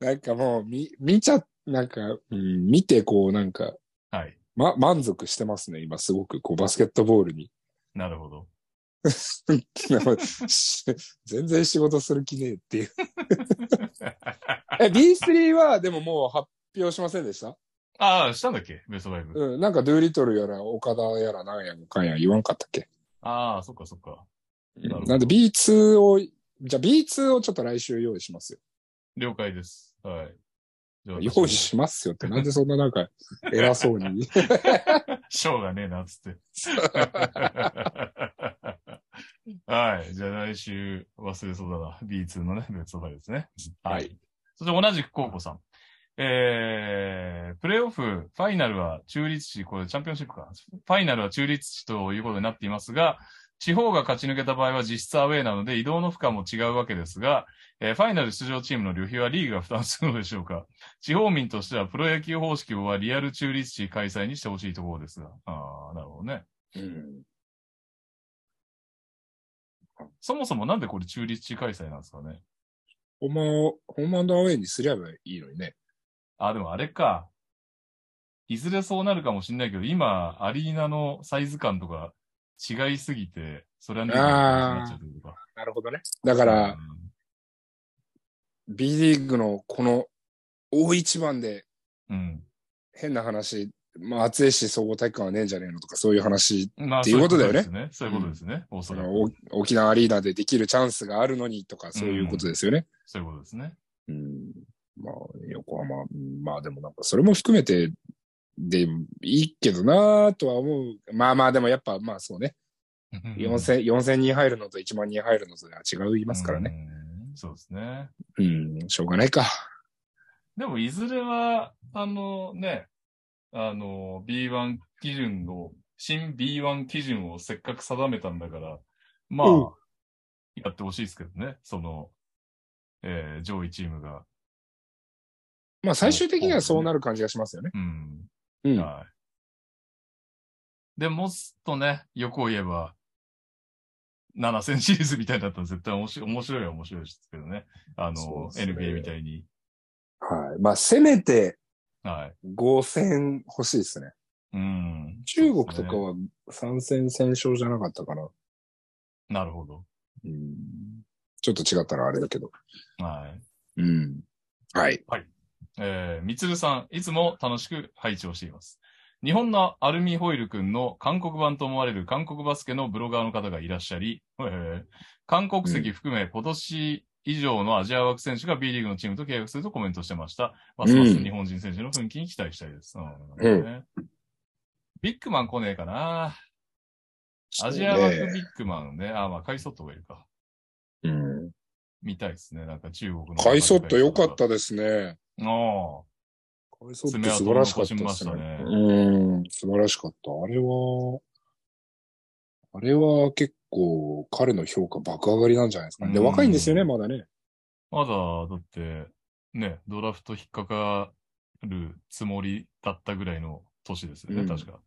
B: なんかもう、み、見ちゃ、なんか、うん、見てこう、なんか、
A: はい。
B: ま、満足してますね、今すごく、こう、バスケットボールに。
A: なるほど。
B: し全然仕事する気ね えっていう。え、B3 は、でももう発表しませんでした
A: ああ、したんだっけベスト 5?
B: うん、なんか、ドゥーリトルやら、岡田やら、なんやもかんや言わんかったっけ
A: ああ、そっかそっか。なるほど
B: なんで B2 を、じゃあ B2 をちょっと来週用意しますよ。
A: 了解です。はい。じゃあ
B: 用意します よって、なんでそんななんか、偉そうに。
A: しょうがねえな、つって。はい。じゃあ来週忘れそうだな。B2 のね、別バイですね。は
B: はいい。
A: そして同じく高校さん。えー、プレイオフ、ファイナルは中立地、これチャンピオンシップか。ファイナルは中立地ということになっていますが、地方が勝ち抜けた場合は実質アウェーなので移動の負荷も違うわけですが、えーファイナル出場チームの旅費はリーグが負担するのでしょうか地方民としてはプロ野球方式はリアル中立地開催にしてほしいところですが。ああ、なるほどね。
B: うん
A: そもそもなんでこれ中立地開催なんですかね
B: ほんまを、ほんまのアウェイにすりゃばいいのにね。
A: あ、でもあれか。いずれそうなるかもしれないけど、今、アリーナのサイズ感とか違いすぎて、それはね、なっちゃうというか。
B: なるほどね。だから、B リーグのこの大一番で
A: うん、
B: 変な話、まあ、厚江市総合体育館はねえんじゃねえのとか、そういう話、
A: うん。まあ
B: っていうことだよね
A: そういうことですね。そういうことですね。おそ
B: そ
A: らく。
B: のお沖縄アリーナでできるチャンスがあるのにとか、そういうことですよね。
A: そういうことですね。
B: うん。まあ、横浜、まあでもなんか、それも含めて、で、いいけどなぁとは思う。まあまあ、でもやっぱ、まあそうね。4000、4000人入るのと1万人入るのとでは違う言いますからね。
A: うん。そうですね。
B: うん、しょうがないか。
A: でも、いずれは、あのね、あの、B1 基準を、新 B1 基準をせっかく定めたんだから、まあ、
B: うん
A: やってほしいですけどね、その、えー上位チームが。
B: まあ最終的にはそうなる感じがしますよね。
A: うん。
B: うん。
A: はい。で、もっとね、欲を言えば、7戦シリーズみたいだったら絶対面白い、面白いは面白いですけどね。あ
B: そう
A: の、
B: ですね
A: NBA みたいに。
B: はい。まあ、せめて
A: はい。
B: 5000欲しいですね。
A: うん。
B: 中国とか
A: そうで
B: は参戦戦勝じゃなかったかな。
A: すねなるほど。
B: うん、ちょっと違ったらあれだけど。
A: はい。
B: うん。はい。
A: えー、みつるさん、いつも楽しく配置をしています。日本のアルミホイル君の韓国版と思われる韓国バスケのブロガーの方がいらっしゃり、えー韓国籍含め今年以上のアジア枠選手が B リーグのチームと契約するとコメントしてました。ますます日本人選手の奮起に期待したいです。うんなるほどねビッグマン来ねえかな。アジア枠ビッグマンね。あ、まあ、カイソットがいるか。
B: うん。
A: 見たいですね。なんか中国の。
B: カイソット良かっ。たですね。
A: あ
B: カイソット素晴らしかったで
A: 爪痕残
B: すね。
A: しました
B: うん、素晴らしかった。あれは、あれは結構彼の評価爆上がりなんじゃないですか、ね。で、
A: うん
B: 若いんですよね、まだね。
A: あ。まだ、だって、ね、ドラフト引っかかるつもりだったぐらいの年ですよね、
B: うん
A: 確か。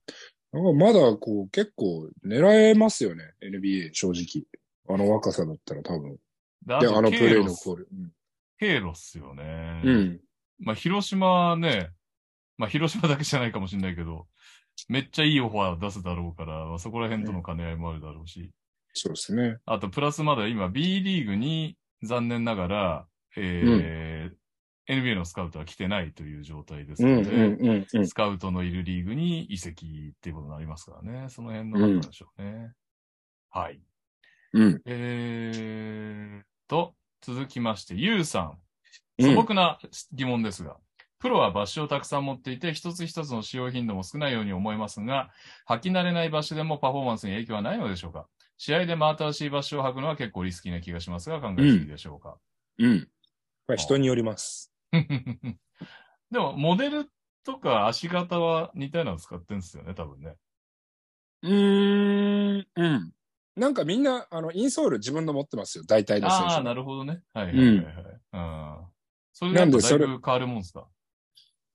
B: なんかまだこう結構狙えますよね、NBA、正直。あの若さだったら多分。
A: で、あ
B: で、あのプレイ
A: 経
B: の
A: 路
B: コール。
A: 経路っすよね。
B: うん。うん
A: まあ、広島ね、まあ、広島だけじゃないかもしれないけど、めっちゃいいオファー出すだろうから、まあそこら辺との兼ね合いもあるだろうし。
B: そうですね。
A: あと、プラスまだ今 B リーグに残念ながら、えー NBA のスカウトは来てないという状態です
B: うん
A: の
B: うん
A: で、
B: うんうん。
A: スカウトのいるリーグに移籍っていうことになりますからね。その辺のなんでしょうね。はい。
B: うん。
A: えー、と、続きまして、ゆうさん。
B: う
A: 素
B: ん
A: 朴な疑問ですが、プロはバッシュをたくさん持っていて、一つ一つの使用頻度も少ないように思いますが、履き慣れないバッシュでもパフォーマンスに影響はないのでしょうか試合で真新しいバッシュを履くのは結構リスキーな気がしますが、考えすぎでしょう か、
B: うん。まあ人によります。
A: でも、モデルとか足型は似たようなの使ってるんですよね、多分ね。
B: うーん。うん。なんかみんな、あの、インソール自分の持ってますよ、大体の選手。
A: ああ、なるほどね。はいはいはい、はいうん。それで
B: なん
A: だ
B: で
A: い
B: それ
A: ぶ変わるもんですか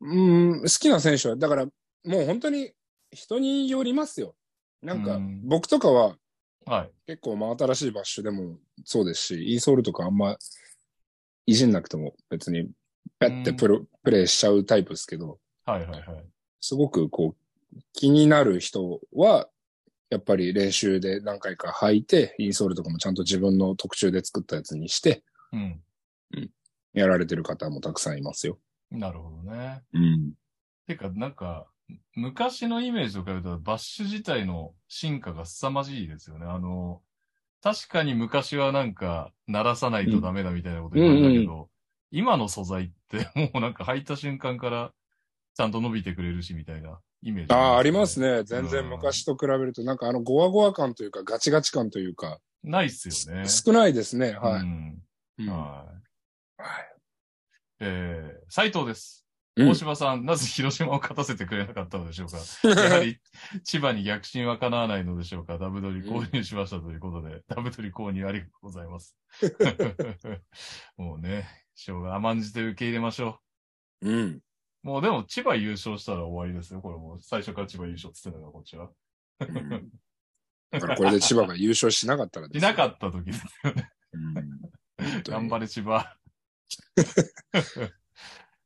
B: うん、好きな選手は、だから、もう本当に人によりますよ。なん
A: う
B: か
A: ん、
B: 僕とかは
A: はい。
B: 結構真新しいバッシュでもそうですし、インソールとかあんまいじんなくても別に、ペッてプロ、プレイしちゃうタイプですけど、
A: はいはいはい。
B: すごくこう、気になる人は、やっぱり練習で何回か履いて、インソールとかもちゃんと自分の特注で作ったやつにして、
A: うん。
B: やられてる方もたくさんいますよ。
A: なるほどね。
B: うん。
A: てか、なんか、昔のイメージとか言うと、バッシュ自体の進化が凄まじいですよね。あの、確かに昔はなんか、鳴らさないとダメだみたいなこと言われたけど、
B: うんうん
A: 今の素材って、 もうなんか履いた瞬間から、ちゃんと伸びてくれるし、みたいなイメージ、
B: ああ、あります。ね。全然昔と比べると、なんかあの、ゴワゴワ感というか、ガチガチ感というか、
A: ないっすよね。
B: 少ないですね。は
A: うん
B: い。うん
A: はい。えー、斉藤です。
B: うん
A: 大島さん、なぜ広島を勝たせてくれなかったので しょうかやはり、千葉に逆進は叶わないのでしょうかダブドリ購入しましたということで、ダブドリ購入ありがとうございます。 もうね、しょうが甘んじて受け入れましょ
B: うん。
A: う。もうでも、千葉優勝したら終わりですよ。これもう、最初から千葉優勝っつってんのがこっちは。
B: うんだからこれで千葉が優勝しなかったらで
A: い
B: すよ
A: なかった時ですよね。
B: うん
A: 頑張れ千葉。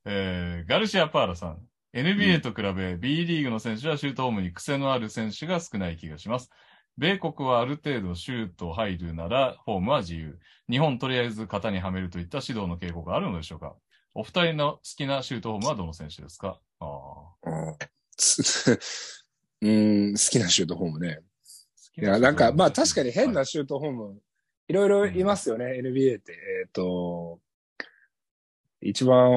A: えーガルシア・パーラさん。NBA と比べ、B リーグの選手はシュートホームに癖のある選手が少ない気がします。米国はある程度シュート入るなら、ホームは自由。日本とりあえず型にはめるといった指導の傾向があるのでしょうかお二人の好きなシュートホームはどの選手ですかああ、好
B: うんつ うん、好きなシュートフォームね。
A: き
B: いや、なんか、まあ確かに変な
A: シ
B: シュートフォーム、いろいろいますよね、NBA って。えっ、と、一番、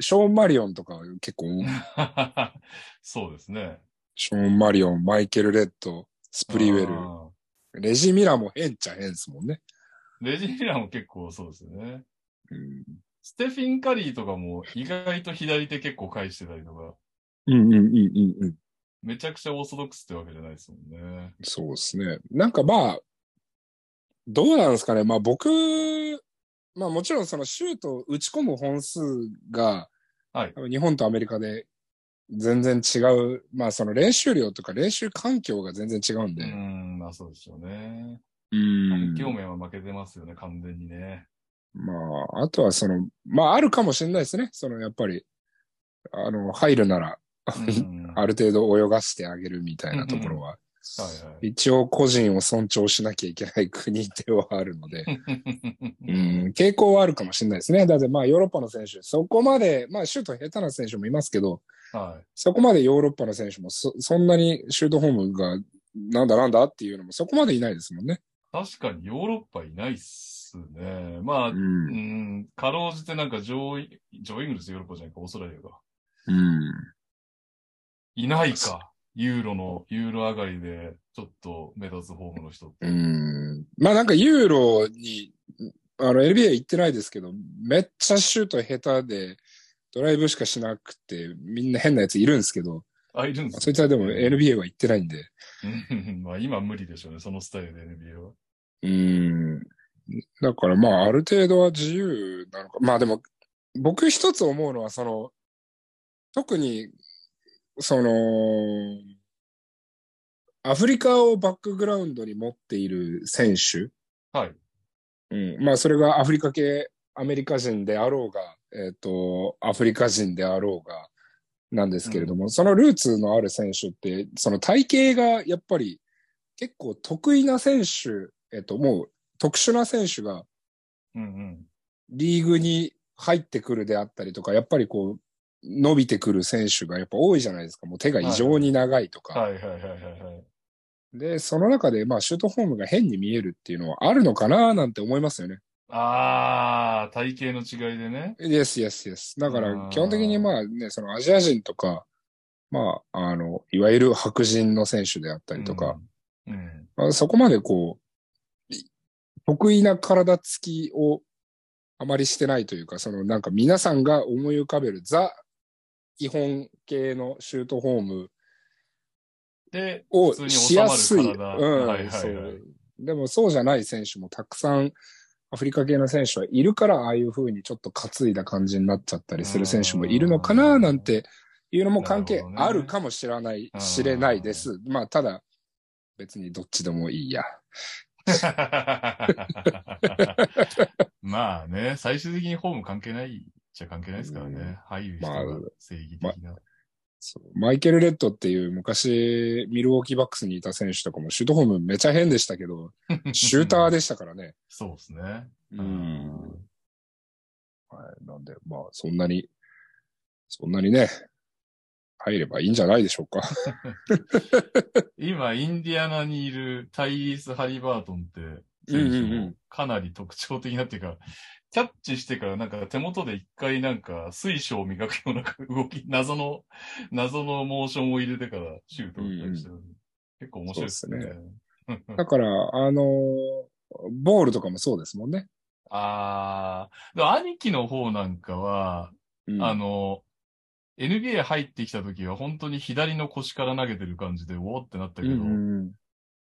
B: ショーン・マリオンとかは結構、
A: ュート。そうですね。
B: ショーン・マリオン、マイケル・レッド、スプリウェ
A: あ
B: ル、
A: ー
B: レジ・ミラーも変っちゃ変ですもんね。
A: レジミラーも結構そうですよね。
B: うん、
A: ステフィン・カリーとかも意外と左手結構返してたりとか、
B: うん、うん、うん、うん。
A: めちゃくちゃオーソドックスってわけじゃないですもんね。
B: そうですね。なんかまあ、どうなんですかね。まあ僕、まあもちろんそのシュート打ち込む本数が、
A: はい
B: 多分日本とアメリカで全然違う、まあその練習量とか練習環境が全然違うん
A: うー
B: で。
A: ん、まあそうですよね。
B: うん
A: 環境面は負けてますよね、完全にね。
B: まあ、あとはその、まああるかもしれないですね。そのやっぱり、あの、入るなら、
A: うん
B: ある程度泳がしてあげるみたいなところは、
A: はいはい。
B: 一応個人を尊重しなきゃいけない国ではあるので。 うん、傾向はあるかもしれないですね。だってまあヨーロッパの選手、そこまで、まあシュート下手な選手もいますけど、
A: はい。
B: そこまでヨーロッパの選手もそそんなにシュートフォームがなんだなんだっていうのもそこまでいないですもんね。
A: 確かにヨーロッパいないっすすね。まあ、
B: う。
A: うんん、かろうじてなんか上位、上位イングルス、ヨーロッパじゃないか、オーストラリアが。
B: うん。
A: いないか。ユーロの、ユーロ上がりで、ちょっと目立つホームの人。
B: うん。まあなんかユーロに、あの NBA 行ってないですけど、めっちゃシュート下手で、ドライブしかしなくて、みんな変なやついるんですけど、
A: あ、いるんです
B: そいつはでも NBA は行ってないんで。
A: うん まあ今無理でしょうね、そのスタイルで NBA は。
B: うん。だからまあある程度は自由なのか。まあでも、僕一つ思うのはその、特に、その、アフリカをバックグラウンドに持っている選手、
A: はい。
B: うん、まあそれがアフリカ系アメリカ人であろうが、えっ、と、アフリカ人であろうが、なんですけれども、そのルーツのある選手って、その体型がやっぱり結構得意な選手、えっ、と、もう特殊な選手が
A: うんうん。
B: リーグに入ってくるであったりとか、やっぱりこう、伸びてくる選手がやっぱ多いじゃないですか。もう手が異常に長いとか。
A: はいはいはいはいはい。
B: で、その中で、まあ、シュートフォームが変に見えるっていうのはあるのかななんて思いますよね。
A: ああ、体型の違いでね。
B: Yes, yes, yes. だか
A: あー
B: ら、基本的にまあね、そのアジア人とか、まあ、あの、いわゆる白人の選手であったりとか、
A: うん。うん。
B: まあそこまでこう、い得意な体つきをあまりしてないというか、そのなんか皆さんが思い浮かべるザ、基本系のシュートフォーム
A: で、
B: を
A: 普通に
B: し
A: 収
B: や
A: まする
B: い。
A: 体。
B: うん、
A: はいは
B: そ。
A: いはいう
B: でもそうじゃない選手もたくさんアフリカ系の選手はいるから、ああいう風にちょっと担いだ感じになっちゃったりする選手もいるのか
A: う
B: な、
A: ん
B: なんていうのも関
A: な
B: 係
A: るほどね
B: あるかもしれない、
A: うん
B: 知れないです。まあ、ただ、別にどっちでもいいや。
A: まあね、最終的にホーム関係ないじゃ関係ないですからね。入る人が正義的な。
B: そうマイケル・レッドっていう昔、ミルウォーキーバックスにいた選手とかもシュートフォームめちゃ変でしたけ ど、シューター。でしたからね。
A: そうですね。
B: う。はい。なんで、まあ、そんなに、そんなにね、入ればいいんじゃないでしょうか。
A: 今、インディアナにいるタイリース・ハリバートンって
B: うんうんう
A: 選手
B: ん
A: もかなり特徴的なっていうか、キャッチしてからなんか手元で一回なんか水晶を磨くような動き、謎の、 謎のモーションを入れてからシュートを打ったりしてる。結構面白いですね。
B: そうだから、あのーボールとかもそうですもんね。
A: ああ、でも兄貴の方なんかは、
B: うん
A: あの、NBA 入ってきた時は本当に左の腰から投げてる感じで、おおってなった
B: うん
A: けど、
B: うん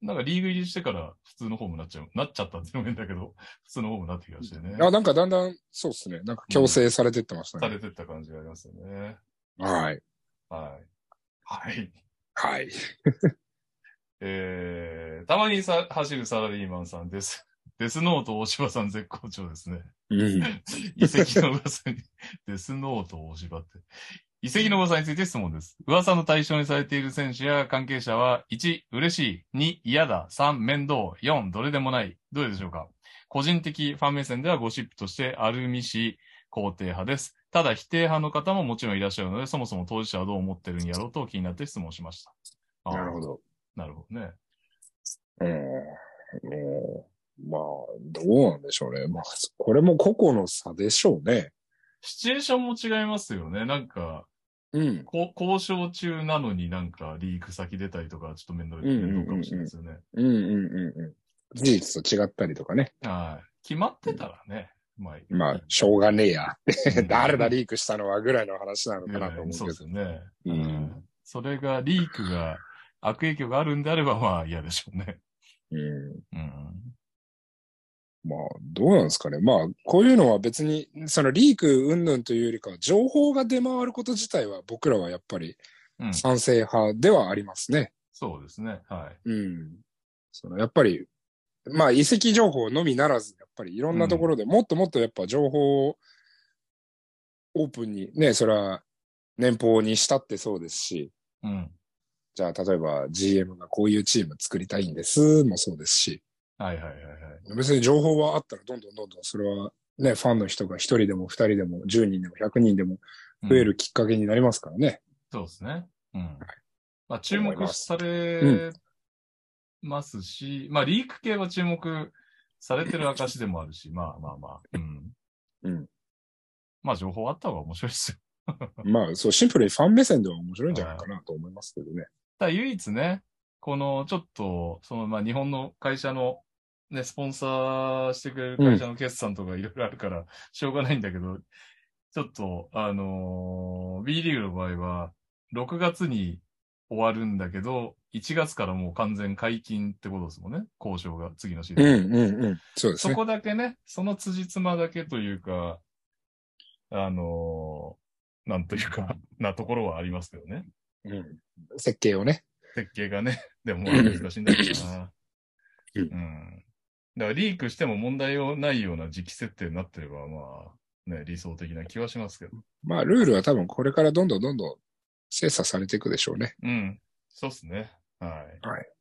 A: なんかリーグ入りしてから普通のホームになっちゃう、なっちゃったっていうのも変だけど、普通のホームになってきましたよね。
B: うんあ、なんかだんだん、そうですね。なんか強制されてってました
A: さ
B: ね。
A: れてった感じがありますよね。
B: はい。
A: はい。はい。
B: はい。
A: えー、たまにさ走るサラリーマンさんです。 デスノート大柴さん絶好調ですね。
B: うん。
A: 遺跡の噂に、デスノート大芝って。遺跡の噂について質問です。噂の対象にされている選手や関係者は、1、嬉しい、2、嫌だ、3、面倒、4、どれでもない、どれでしょうか個人的ファン目線ではゴシップとしてアルミ氏肯定派です。ただ否定派の方ももちろんいらっしゃるので、そもそも当事者はどう思ってるんやろうと気になって質問しました。あー
B: なるほ。ど。
A: なるほどね。
B: うん。うんまあ、どうなんでしょうね。まあ、これも個々の差でしょうね。
A: シチュエーションも違いますよね。なんか、
B: うん。
A: こ交渉中なのになんかリーク先出たりとか、ちょっと面倒
B: んうんうんうん
A: 面倒かもしれないですよね。
B: うんうんうんうん。事実と違ったりとかね。
A: はい。決まってたらね。まあ、
B: まあ、しょうがねえや。
A: うん
B: 誰だリークしたのはぐらいの話なのかなと思う
A: そう
B: け
A: で
B: ど
A: す。よね。
B: うん
A: うんそれが、リークが悪影響があるんであれば、まあ嫌でしょうね。
B: うん
A: うん。
B: まあ、どうなんですかね。まあ、こういうのは別に、そのリーク云々というよりかは、情報が出回ること自体は僕らはやっぱり
A: うん、
B: 賛成派ではありますね。
A: そうですね。はい。
B: うん。そのやっぱり、まあ、遺跡情報のみならず、やっぱりいろんなところでもっともっとやっぱ情報をオープンに、ね、それは年俸にしたってそうですし、
A: うん。
B: じゃあ例えば GM がこういうチーム作りたいんですもそうですし、
A: はいはいはいはい。
B: 別に情報はあったらどんどんどんどんそれはね、ファンの人が一人でも二人でも十人でも百人でも
A: うん
B: 増えるきっかけになりますからね。
A: そうですね。うん。まあ、注目され
B: う
A: ますし、まあ、リーク系は注目されてる証でもあるし、まあまあまあ。うん。
B: うん。
A: まあ、情報あった方が面白いですよ。
B: まあ、そう、シンプルにファン目線では面白いんじゃないかなと思いますけどね。
A: ただ唯一ね、このちょっと、そのまあ日本の会社のね、スポンサーしてくれる会社の決算とかいろいろあるから、しょうがないんだけど、ちょっと、あのー B リーグの場合は、6月に終わるんだけど、1月からもう完全解禁ってことですもんね、交渉が、次のシーズ
B: う
A: ン。
B: んうんうん。そうです
A: そ
B: ね。
A: こだけね、その辻褄だけというか、あのーなんというか、なところはありますけどね。
B: うん。設計をね。
A: 設計がね、 でもまあ難しいんだけどな。
B: うん
A: うん。だからリークしても問題をないような時期設定になってれば、まあ、ね、理想的な気はしますけど。
B: まあ、ルールは多分これからどんどんどんどん精査されていくでしょうね。
A: うん。そうっすね。はい。
B: はい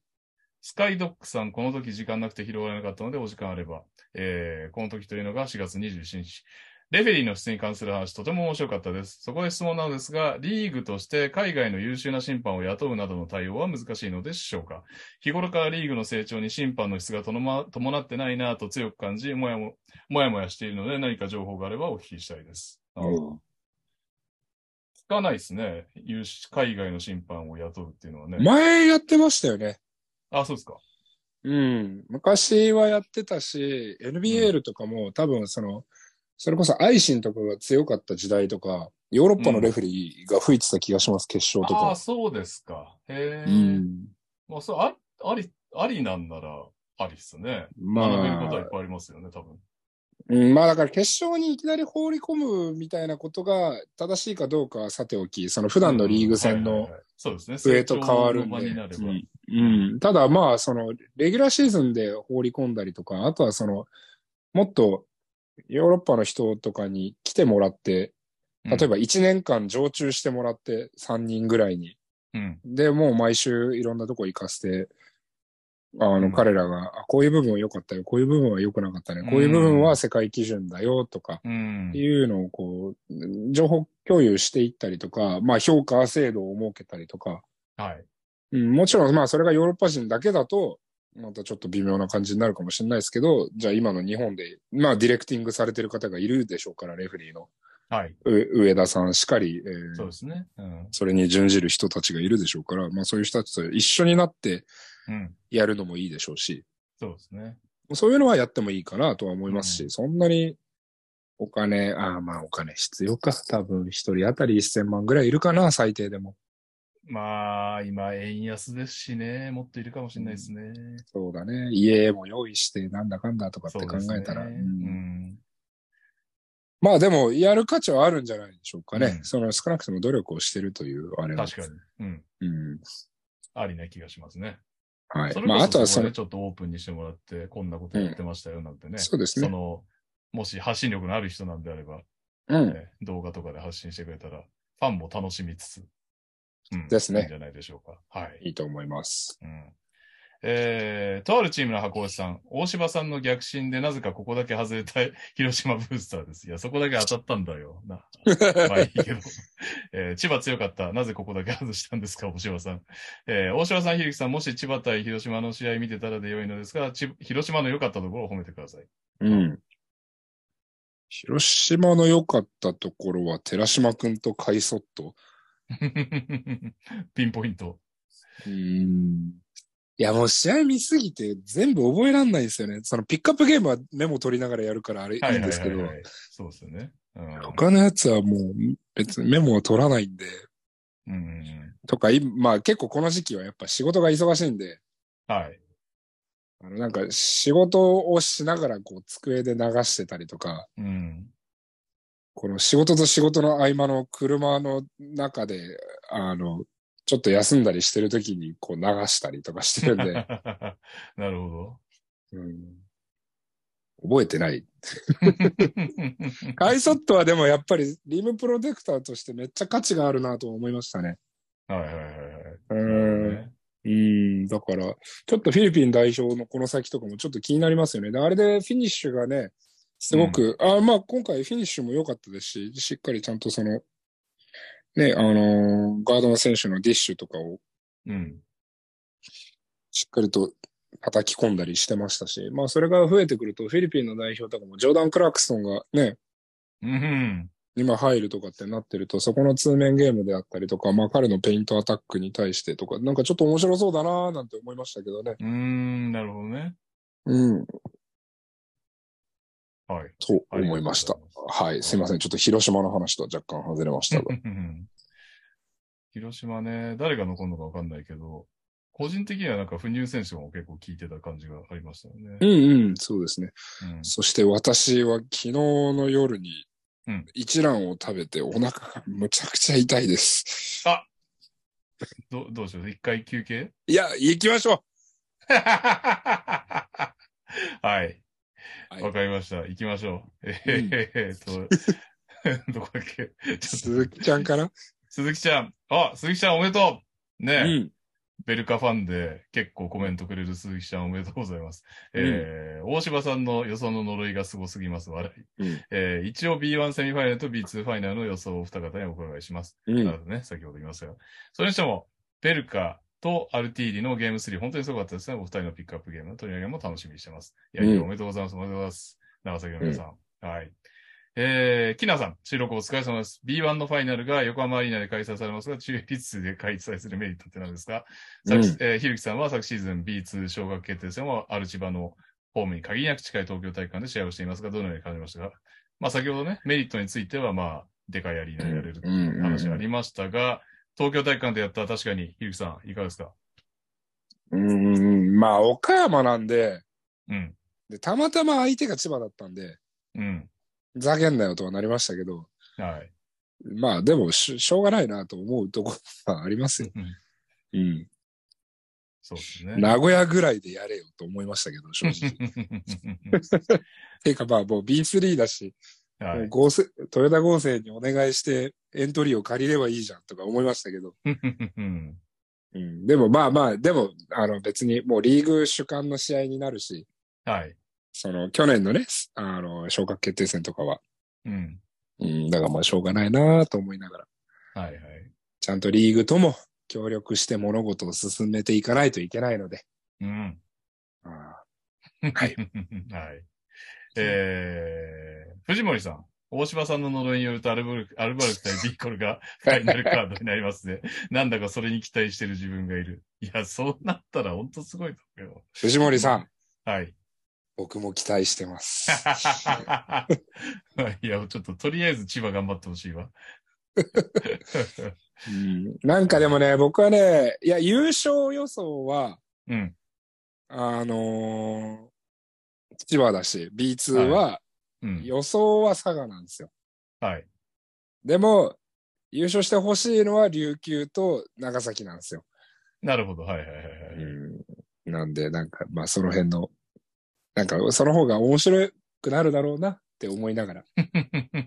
A: スカイドックさん、この時時間なくて拾われなかったので、お時間あれば。えー、この時というのが4月27日。レフェリーの質に関する話、とても面白かったです。そこで質問なのですが、リーグとして海外の優秀な審判を雇うなどの対応は難しいのでしょうか日頃からリーグの成長に審判の質がとのま伴ってないなぁと強く感じ、もやも、もやもやしているので、何か情報があればお聞きしたいです。あー聞かないですね。有志海外の審判を雇うっていうのはね。
B: 前やってましたよね。
A: あ、そうですか。
B: うん。昔はやってたし、NBL とかも多分その、それこそアイシンとかが強かった時代とか、ヨーロッパのレフェリーが吹いてた気がします、決勝と
A: ああ、
B: か。
A: そうですか。へ
B: う
A: え。
B: ん。
A: まあ、それあ、あり、ありなんなら、ありっすね。
B: ま
A: 学べることはい
B: あ
A: っ、ぱいありますよね、多分。
B: うん、まあだから決勝にいきなり放り込むみたいなことが正しいかどうかはさておき、その普段のリーグ戦
A: はいはい
B: の
A: はいそうですね。
B: 上と変わ
A: 成
B: るん
A: 長の場
B: で。
A: になれば
B: うんうん。ただまあ、その、レギュラーシーズンで放り込んだりとか、あとはその、もっとヨーロッパの人とかに来てもらって、
A: うん
B: 例えば1年間常駐してもらって3人ぐらいに。
A: うん。
B: で、もう毎週いろんなとこ行かせて、あ
A: うん
B: の、彼らが、あこういう部分は良かったよ、こういう部分は良くなかったね、こういう部分は世界基準だよとか、
A: うん
B: って。いうのをこう、情報共有していったりとか、まあ評価制度を設けたりとか、
A: はい。
B: うん、もちろんまあそれがヨーロッパ人だけだと、またちょっと微妙な感じになるかもしれないですけど、じゃあ今の日本で、まあディレクティングされてる方がいるでしょうから、レフェリーの
A: はい。
B: う上田さんしかり、えー
A: そうですね。うん。
B: それに準じる人たちがいるでしょうから、まあそういう人たちと一緒になって
A: うん。
B: やるのもいいでしょうし、
A: そうですね。
B: そういうのはやってもいいかなとは思いますし、
A: う
B: そんなにお金、ああまあお金必要か。多分一人当たり1000万ぐらいいるかな、最低でも。
A: まあ、今、円安ですしね、もっといるかもしれないですね。
B: そうだね。家も用意してなんだかんだとかって
A: そう
B: 考
A: ですね
B: えたら。
A: う
B: うん
A: ん。
B: まあでも、やる価値はあるんじゃないでしょうかね。
A: うん
B: その少なくとも努力をしてるというあれは。
A: 確かに。うん。
B: に。うん。
A: ありな気がしますね。
B: はい
A: そ。れ
B: まああ
A: こと
B: は
A: そ
B: そ
A: そこ
B: の
A: で、ちょっとオープンにしてもらって、こんなことやってましたよなんてね。
B: そうで
A: そ
B: すね。
A: の、もし発信力のある人なんであれば、
B: うん。
A: ね動画とかで発信してくれたら、ファンも楽しみつつ、うん
B: ですね
A: いいんじゃないでしょうか。はい。
B: いいと思います。
A: うん。えー、とあるチームの箱押しさん、大柴さんの逆進でなぜかここだけ外れた広島ブースターです。いや、そこだけ当たったんだよ。な。まあいいけ ど。えー千葉強かった。なぜここだけ外したんですか、大柴さん。えー大柴さん、ひるきさん、もし千葉対広島の試合見てたらで良いのですが、ち広島の良かったところを褒めてください。
B: うん。広島の良かったところは、寺島くんとカイソット。
A: ピンポイント。
B: うーんいや、もう試合見すぎて全部覚えらんないんですよね。そのピックアップゲームはメモ取りながらやるからあれいいんですけど
A: は、いはいはいはいそうですよね。うん
B: 他のやつはもう別にメモを取らないんで、
A: うんうんうん
B: とか、今まあ結構この時期はやっぱ仕事が忙しいんで、
A: はい。
B: あのなんか仕事をしながらこう机で流してたりとか、
A: うん。
B: この仕事と仕事の合間の車の中で、あの、ちょっと休んだりしてる時にこう流したりとかしてる んで、
A: なるほど。
B: うん覚えてないカイソットはでもやっぱりリムプロテクターとしてめっちゃ価値があるなと思いましたね。
A: はいはいはいはい。
B: う。
A: うん
B: うん。だから、ちょっとフィリピン代表のこの先とかもちょっと気になりますよね。であれでフィニッシュがね、すごく、あまあ今回フィニッシュも良かったですし、しっかりちゃんとその、ね、あのーガードの選手のディッシュとかを
A: うん。
B: しっかりと叩き込んだりしてましたし、まあそれが増えてくると、フィリピンの代表とかも、ジョーダン・クラクソンがね、
A: うん。
B: 今入るとかってなってると、そこの通面ゲームであったりとか、まあ彼のペイントアタックに対してとか、なんかちょっと面白そうだなーなんて思いましたけどね。
A: うーん、なるほどね。
B: うん、
A: はい。
B: と思いました。はい、すいません。ちょっと広島の話とは若干外れましたが。
A: 広島ね、誰が残るのかわかんないけど、個人的にはなんか、不入選手も結構聞いてた感じがありましたよね
B: う。んうん、そうですね。
A: うん
B: そして私は昨日の夜に
A: うん、
B: 一蘭を食べてお腹がむちゃくちゃ痛いです。
A: あどどうしよう一回休憩
B: いや、行きましょ
A: はい。
B: う、
A: わかりました。行きましょう。え
B: うん
A: えーっと、 どこだっけちょっ
B: 鈴
A: と
B: 木ちゃんかな
A: 鈴木ちゃん。あ、鈴木ちゃんおめでとうね
B: う
A: え、
B: ん。
A: ベルカファンで結構コメントくれる鈴木ちゃんおめでとうございます。えー大柴さんの予想の呪いがすごすぎます。笑い。
B: うん
A: えー一応 B1 セミファイナルと B2 ファイナルの予想をお二方にお伺いします。
B: う。
A: なんるほどね、先ほど言いましたが。それにしても、ベルカとアルティーリのゲーム3、本当にすごかったですね。お二人のピックアップゲームの取り上げも楽しみにしてます。いや、
B: うん
A: いやおめでとうございます。おめでとうございます。長崎の皆さん。はい。えー、キナさん、収録お疲れ様です。B1 のファイナルが横浜アリーナで開催されますが、中立で開催するメリットって何ですか、
B: うん
A: 昨えーひるきさんは昨シーズン B2 昇格決定戦はアルチバのホームに限りなく近い東京体育館で試合をしていますが、どのように感じましたかまあ先ほどね、メリットについては、まあ、でかいアリーナでやれると
B: うんうんうん
A: 話がありましたが、東京体育館でやったら確かに、ひるきさん、いかがですか
B: うんうん。まあ、岡山なんで、
A: うん。
B: で、たまたま相手が千葉だったんで、
A: うん。
B: ざけんなよとはなりましたけど、
A: はい。
B: まあでもし、しょうがないなと思うところはありますよ。
A: うん
B: うん。
A: そうですね。
B: 名古屋ぐらいでやれよと思いましたけど、正直。てかまあもう B3 だし、
A: は
B: もう
A: い。
B: 合成、トヨタ合成にお願いしてエントリーを借りればいいじゃんとか思いましたけど。
A: うん
B: うん。でもまあまあ、でも、あの別にもうリーグ主観の試合になるし、
A: はい。
B: その去年のね、あの、昇格決定戦とかは、
A: うん。
B: うん、だからまあしょうがないなと思いながら、
A: はいはい。
B: ちゃんとリーグとも協力して物事を進めていかないといけないので、
A: うん。
B: ああ
A: はい。はい。えー、藤森さん。大柴さんの呪いによるとアルバルク、アルバルク対ビーコルが ファイナルカードになりますね。なんだかそれに期待してる自分がいる。いや、そうなったら本当すごいと思うよ。
B: 藤森さん、
A: はい。
B: 僕も期待してます。
A: いや、ちょっととりあえず千葉頑張ってほしいわ。
B: うんなんかでもね、僕はね、いや、優勝予想は、
A: うん。
B: あのー千葉だし、B2 は、
A: うん。
B: 予想は佐賀なんですよ。
A: はい。
B: でも、優勝してほしいのは琉球と長崎なんですよ。
A: なるほど。はいはいはいは
B: う
A: い。
B: んなんで、なんか、まあ、その辺の、なんか、その方が面白くなるだろうなって思いながら。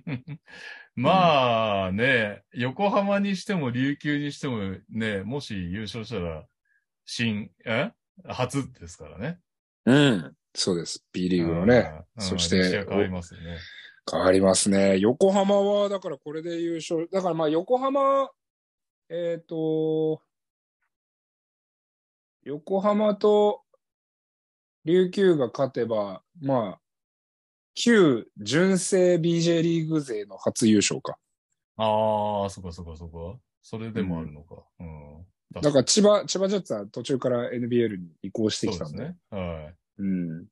A: まあね、横浜にしても琉球にしてもね、もし優勝したら、新、え初ですからね。
B: うん。そうです。B リーグのね、
A: うん。
B: そして
A: 歴史が変わりますよね。
B: 変わりますね。横浜は、だからこれで優勝。だからまあ、横浜、えっ、と、横浜と琉球が勝てば、まあ、旧純正 BJ リーグ勢の初優勝か。
A: ああ、そこそこそこ。それでもあるのか。うん。
B: だから千葉、千葉ジェッツは途中から NBL に移行して
A: そう
B: き
A: で
B: たん
A: す
B: で。
A: ね。はい。
B: うん。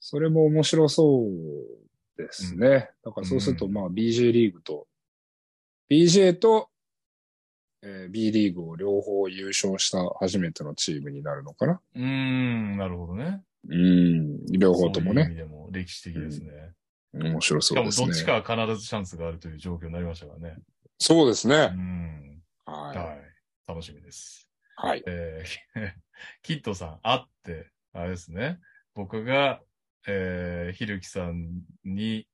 B: それも面白そうですね。だからそうすると、
A: うん
B: まあ BJ リーグと、BJ と、えー B リーグを両方優勝した初めてのチームになるのかな。
A: うーん、なるほどね。
B: うん。両方とも
A: そういう意
B: ね。
A: 味でも歴史的ですね。
B: 面白
A: し
B: そ
A: か
B: う
A: も
B: です
A: ど
B: ね。
A: っちかは必ずチャンスがあるという状況になりましたからね。
B: そうです
A: う
B: ね。
A: ん。
B: は
A: はい。楽しみです。
B: い。はい。
A: えー キッドさん、あって、あれですね。僕が、えー、ひるきさんに、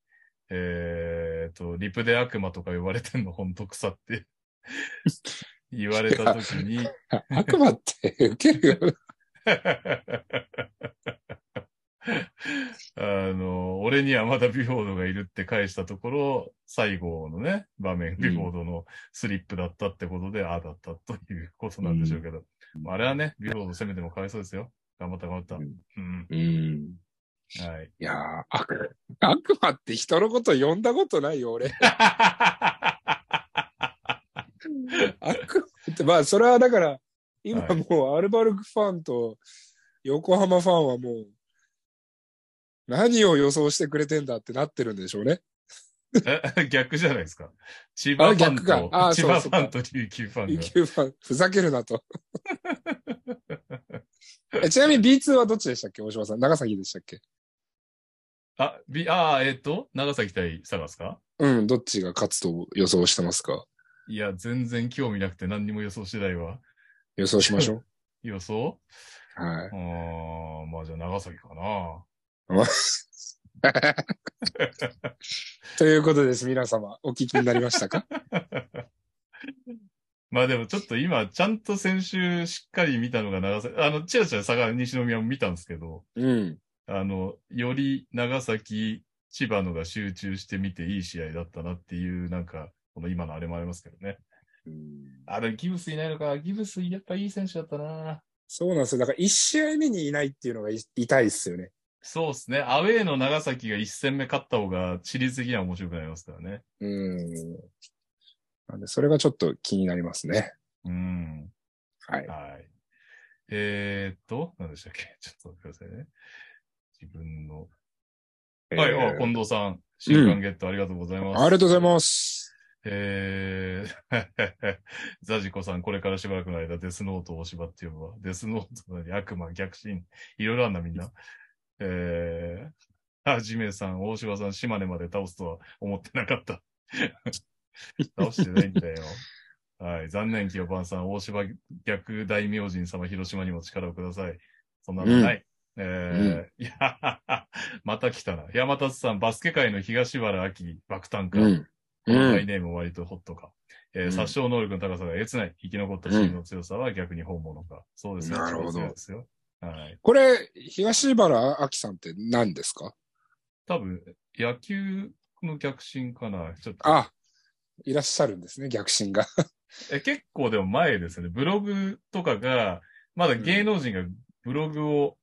A: えーと、リプで悪魔とか呼ばれてんの、本当草って 言われたときに、
B: 悪魔って受けるよね。
A: あの、俺にはまだビュフォードがいるって返したところ、最後のね、場面、ビュフォードのスリップだったってことで、ああだったということなんでしょうけど、まああれはね、ビュフォード攻めてもかわいそうですよ。頑張った、頑張った。
B: う
A: うんん。
B: うん。
A: はい。
B: いやー、悪、悪魔って人のこと呼んだことないよ、俺。悪魔って、まあ、それはだから、今
A: はい
B: もうアルバルクファンと横浜ファンはもう、何を予想してくれてんだってなってるんでしょうね。
A: え逆じゃないですか。千葉ファン
B: あ逆かあ
A: と、千
B: そ
A: 葉
B: う
A: フ
B: そうか
A: ァンと琉球ファン
B: 琉
A: が。
B: 球ファン、ふざけるな と。えちなみに B2 はどっちでしたっけ大島さん。長崎でしたっけ
A: あ、び、あー、えっと、長崎対佐賀ですか
B: うん、どっちが勝つと予想してますか
A: いや、全然興味なくて何にも予想してないわ。
B: 予想しま しょ
A: 予想
B: う。はい。
A: うーん、まあじゃあ長崎かな。
B: ということです、皆様。お聞きになりましたか
A: まあでもちょっと今、ちゃんと先週しっかり見たのが長崎、あの、ちらちら佐賀、西宮も見たんですけど、
B: うん。
A: あの、より長崎、千葉のが集中してみていい試合だったなっていう、なんか、この今のあれもありますけどね。あ、でもギブスいないのか。ギブスやっぱいい選手だったな。
B: そうなんですよ。だから一試合目にいないっていうのがい痛いですよね。
A: そうですね。アウェーの長崎が1戦目勝った方が、シリーズ的には面白くなりますからね。
B: うん。なんで、それがちょっと気になりますね。
A: うん。
B: はい。
A: はい。えー、っと、何でしたっけ ちょっと待ってくださいね。自分の。はい、あ近藤さん、新刊ゲットありがとうございます。
B: ありがとうござい
A: す。
B: ます。
A: えー、 ザジコさん、これからしばらくの間、デスノートを縛って呼ぶわ。デスノートなり、悪魔、逆進、いろいろあんな、みんな。えー、はじめさん、大柴さん、島根まで倒すとは思ってなかった。 倒してないんだよ。はい。残念、清番さん、大柴逆大明神様、広島にも力をください。そんなのない。えーいや、 また来たな。山達さん、バスケ界の東原明爆誕か。
B: うん。
A: この
B: う
A: バイ
B: ん。
A: ネームも割とホットか。えー
B: うん
A: 殺傷能力の高さがえつない。生き残ったチームの強さは逆に本物か。そうですね。
B: なるほど
A: 一番強いですよ。はい。
B: これ、東原明さんって何ですか
A: 多分、野球の逆進かな。ちょっと。
B: あ、いらっしゃるんですね、逆進が。
A: え結構でも前ですね。ブログとかが、まだ芸能人がブログを、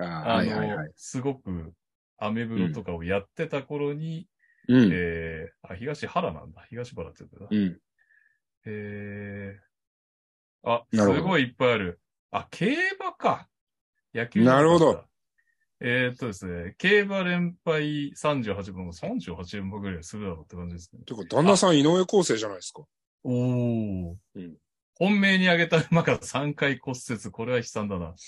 B: あ
A: あ
B: はい
A: の、
B: はいはい。
A: すごく、アメブロとかをやってた頃に、
B: うん。
A: えーあ、東原なんだ。東原って言うんだな。
B: うん。
A: えー、あ、
B: なるほど
A: すごいいっぱいある。あ、競馬か。野球
B: なるほど
A: だった。えー、っとですね、競馬連敗38分、38連敗ぐらいするだろうって感じですね。
B: てか、旦那さん井上康生じゃないですか。
A: おお、
B: うん
A: 本命に挙げた馬が3回骨折。これは悲惨だな。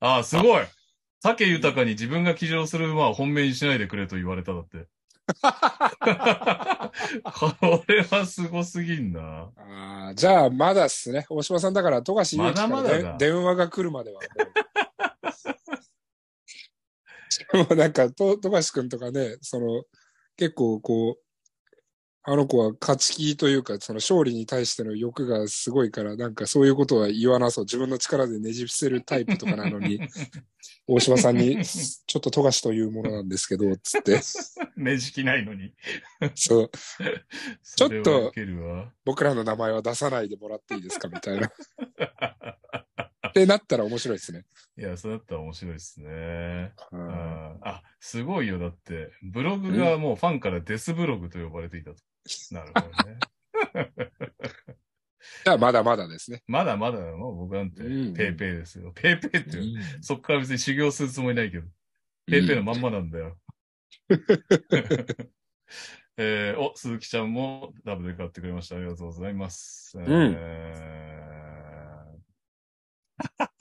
A: あ、すごい武豊に自分が騎乗する馬は本命にしないでくれと言われただ って。これはすごすぎんな。
B: ああ、じゃあ、まだっすね。大島さんだから、富樫勇樹からね、
A: まだまだだ
B: 電話が来るまではもう。しかもなんか、と富樫くんとかね、その、結構こう、あの子は勝ち気というか、その勝利に対しての欲がすごいから、なんかそういうことは言わなそう。自分の力でねじ伏せるタイプとかな のに、大島さんに、ちょっと富樫というものなんですけど、つって、
A: ねじきないのに。
B: そう、ちょ
A: そ
B: っと
A: れはウケるわ
B: 僕らの名前は出さないでもらっていいですか、み たいな。ってなったら面白いですね。
A: いや、そうだったら面白いですね。うんあ、すごいよ。だって、ブログがもうファンからデスブログと呼ばれていた と。なるほどね。
B: じゃあ、まだまだですね。
A: まだまだもう僕なんて
B: うん
A: ペイペイですよ。ペイペイって、そっから別に修行するつもりないけど、ペイペイのまんまなんだ よ。えーお、鈴木ちゃんもダブルで買ってくれました。ありがとうございます。
B: ん
A: えー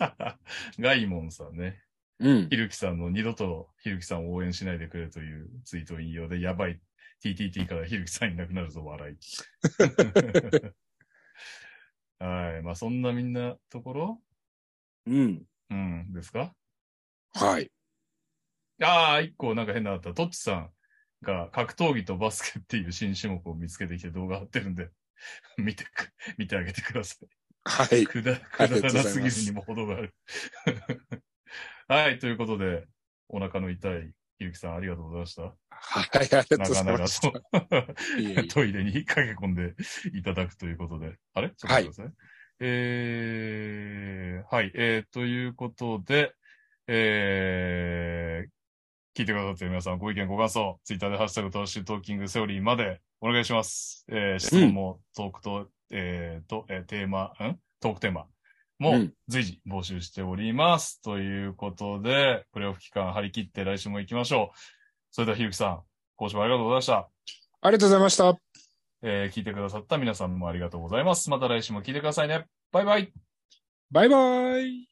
A: ガイモンさんね。
B: うん。
A: ひるきさんの二度とひるきさんを応援しないでくれというツイートを引用で、やばい、TTT からひるきさんいなくなるぞ、笑い。はい。まあ、そんなみんなところ
B: うん。
A: うん、ですか
B: はい。
A: ああ、一個なんか変なのあった。トッチさんが格闘技とバスケっていう新種目を見つけてきて動画貼ってるんで、見てく、見てあげてください。
B: はい。
A: くだ、
B: あ
A: く
B: り
A: だ
B: がとうござい
A: ら
B: ま
A: なす
B: す
A: ぎずにも程がある。はい、ということで、お腹の痛い、ゆうきさんありがとうございました。
B: はい、ありがとうございました。
A: なかなかと
B: いえいえ
A: トイレに駆け込んでいただくということで。あれちょっと待ってください。えー、はい、えー、ということで、えー、聞いてくださってる皆さん、ご意見、ご感想、ツイッターでハッシュタグ、トラッシュトーキングセオリーまでお願いします。えー、質問も、トークと、えー、と、えーテーマ、んトークテーマも
B: うん
A: 随時募集しております。ということで、プレイオフ期間張り切って来週も行きましょう。それでは、ひるきさん、今週もありがとうございました。
B: ありがとうございました。
A: えー聞いてくださった皆さんもありがとうございます。また来週も聞いてくださいね。バイバイ。
B: バイバイ。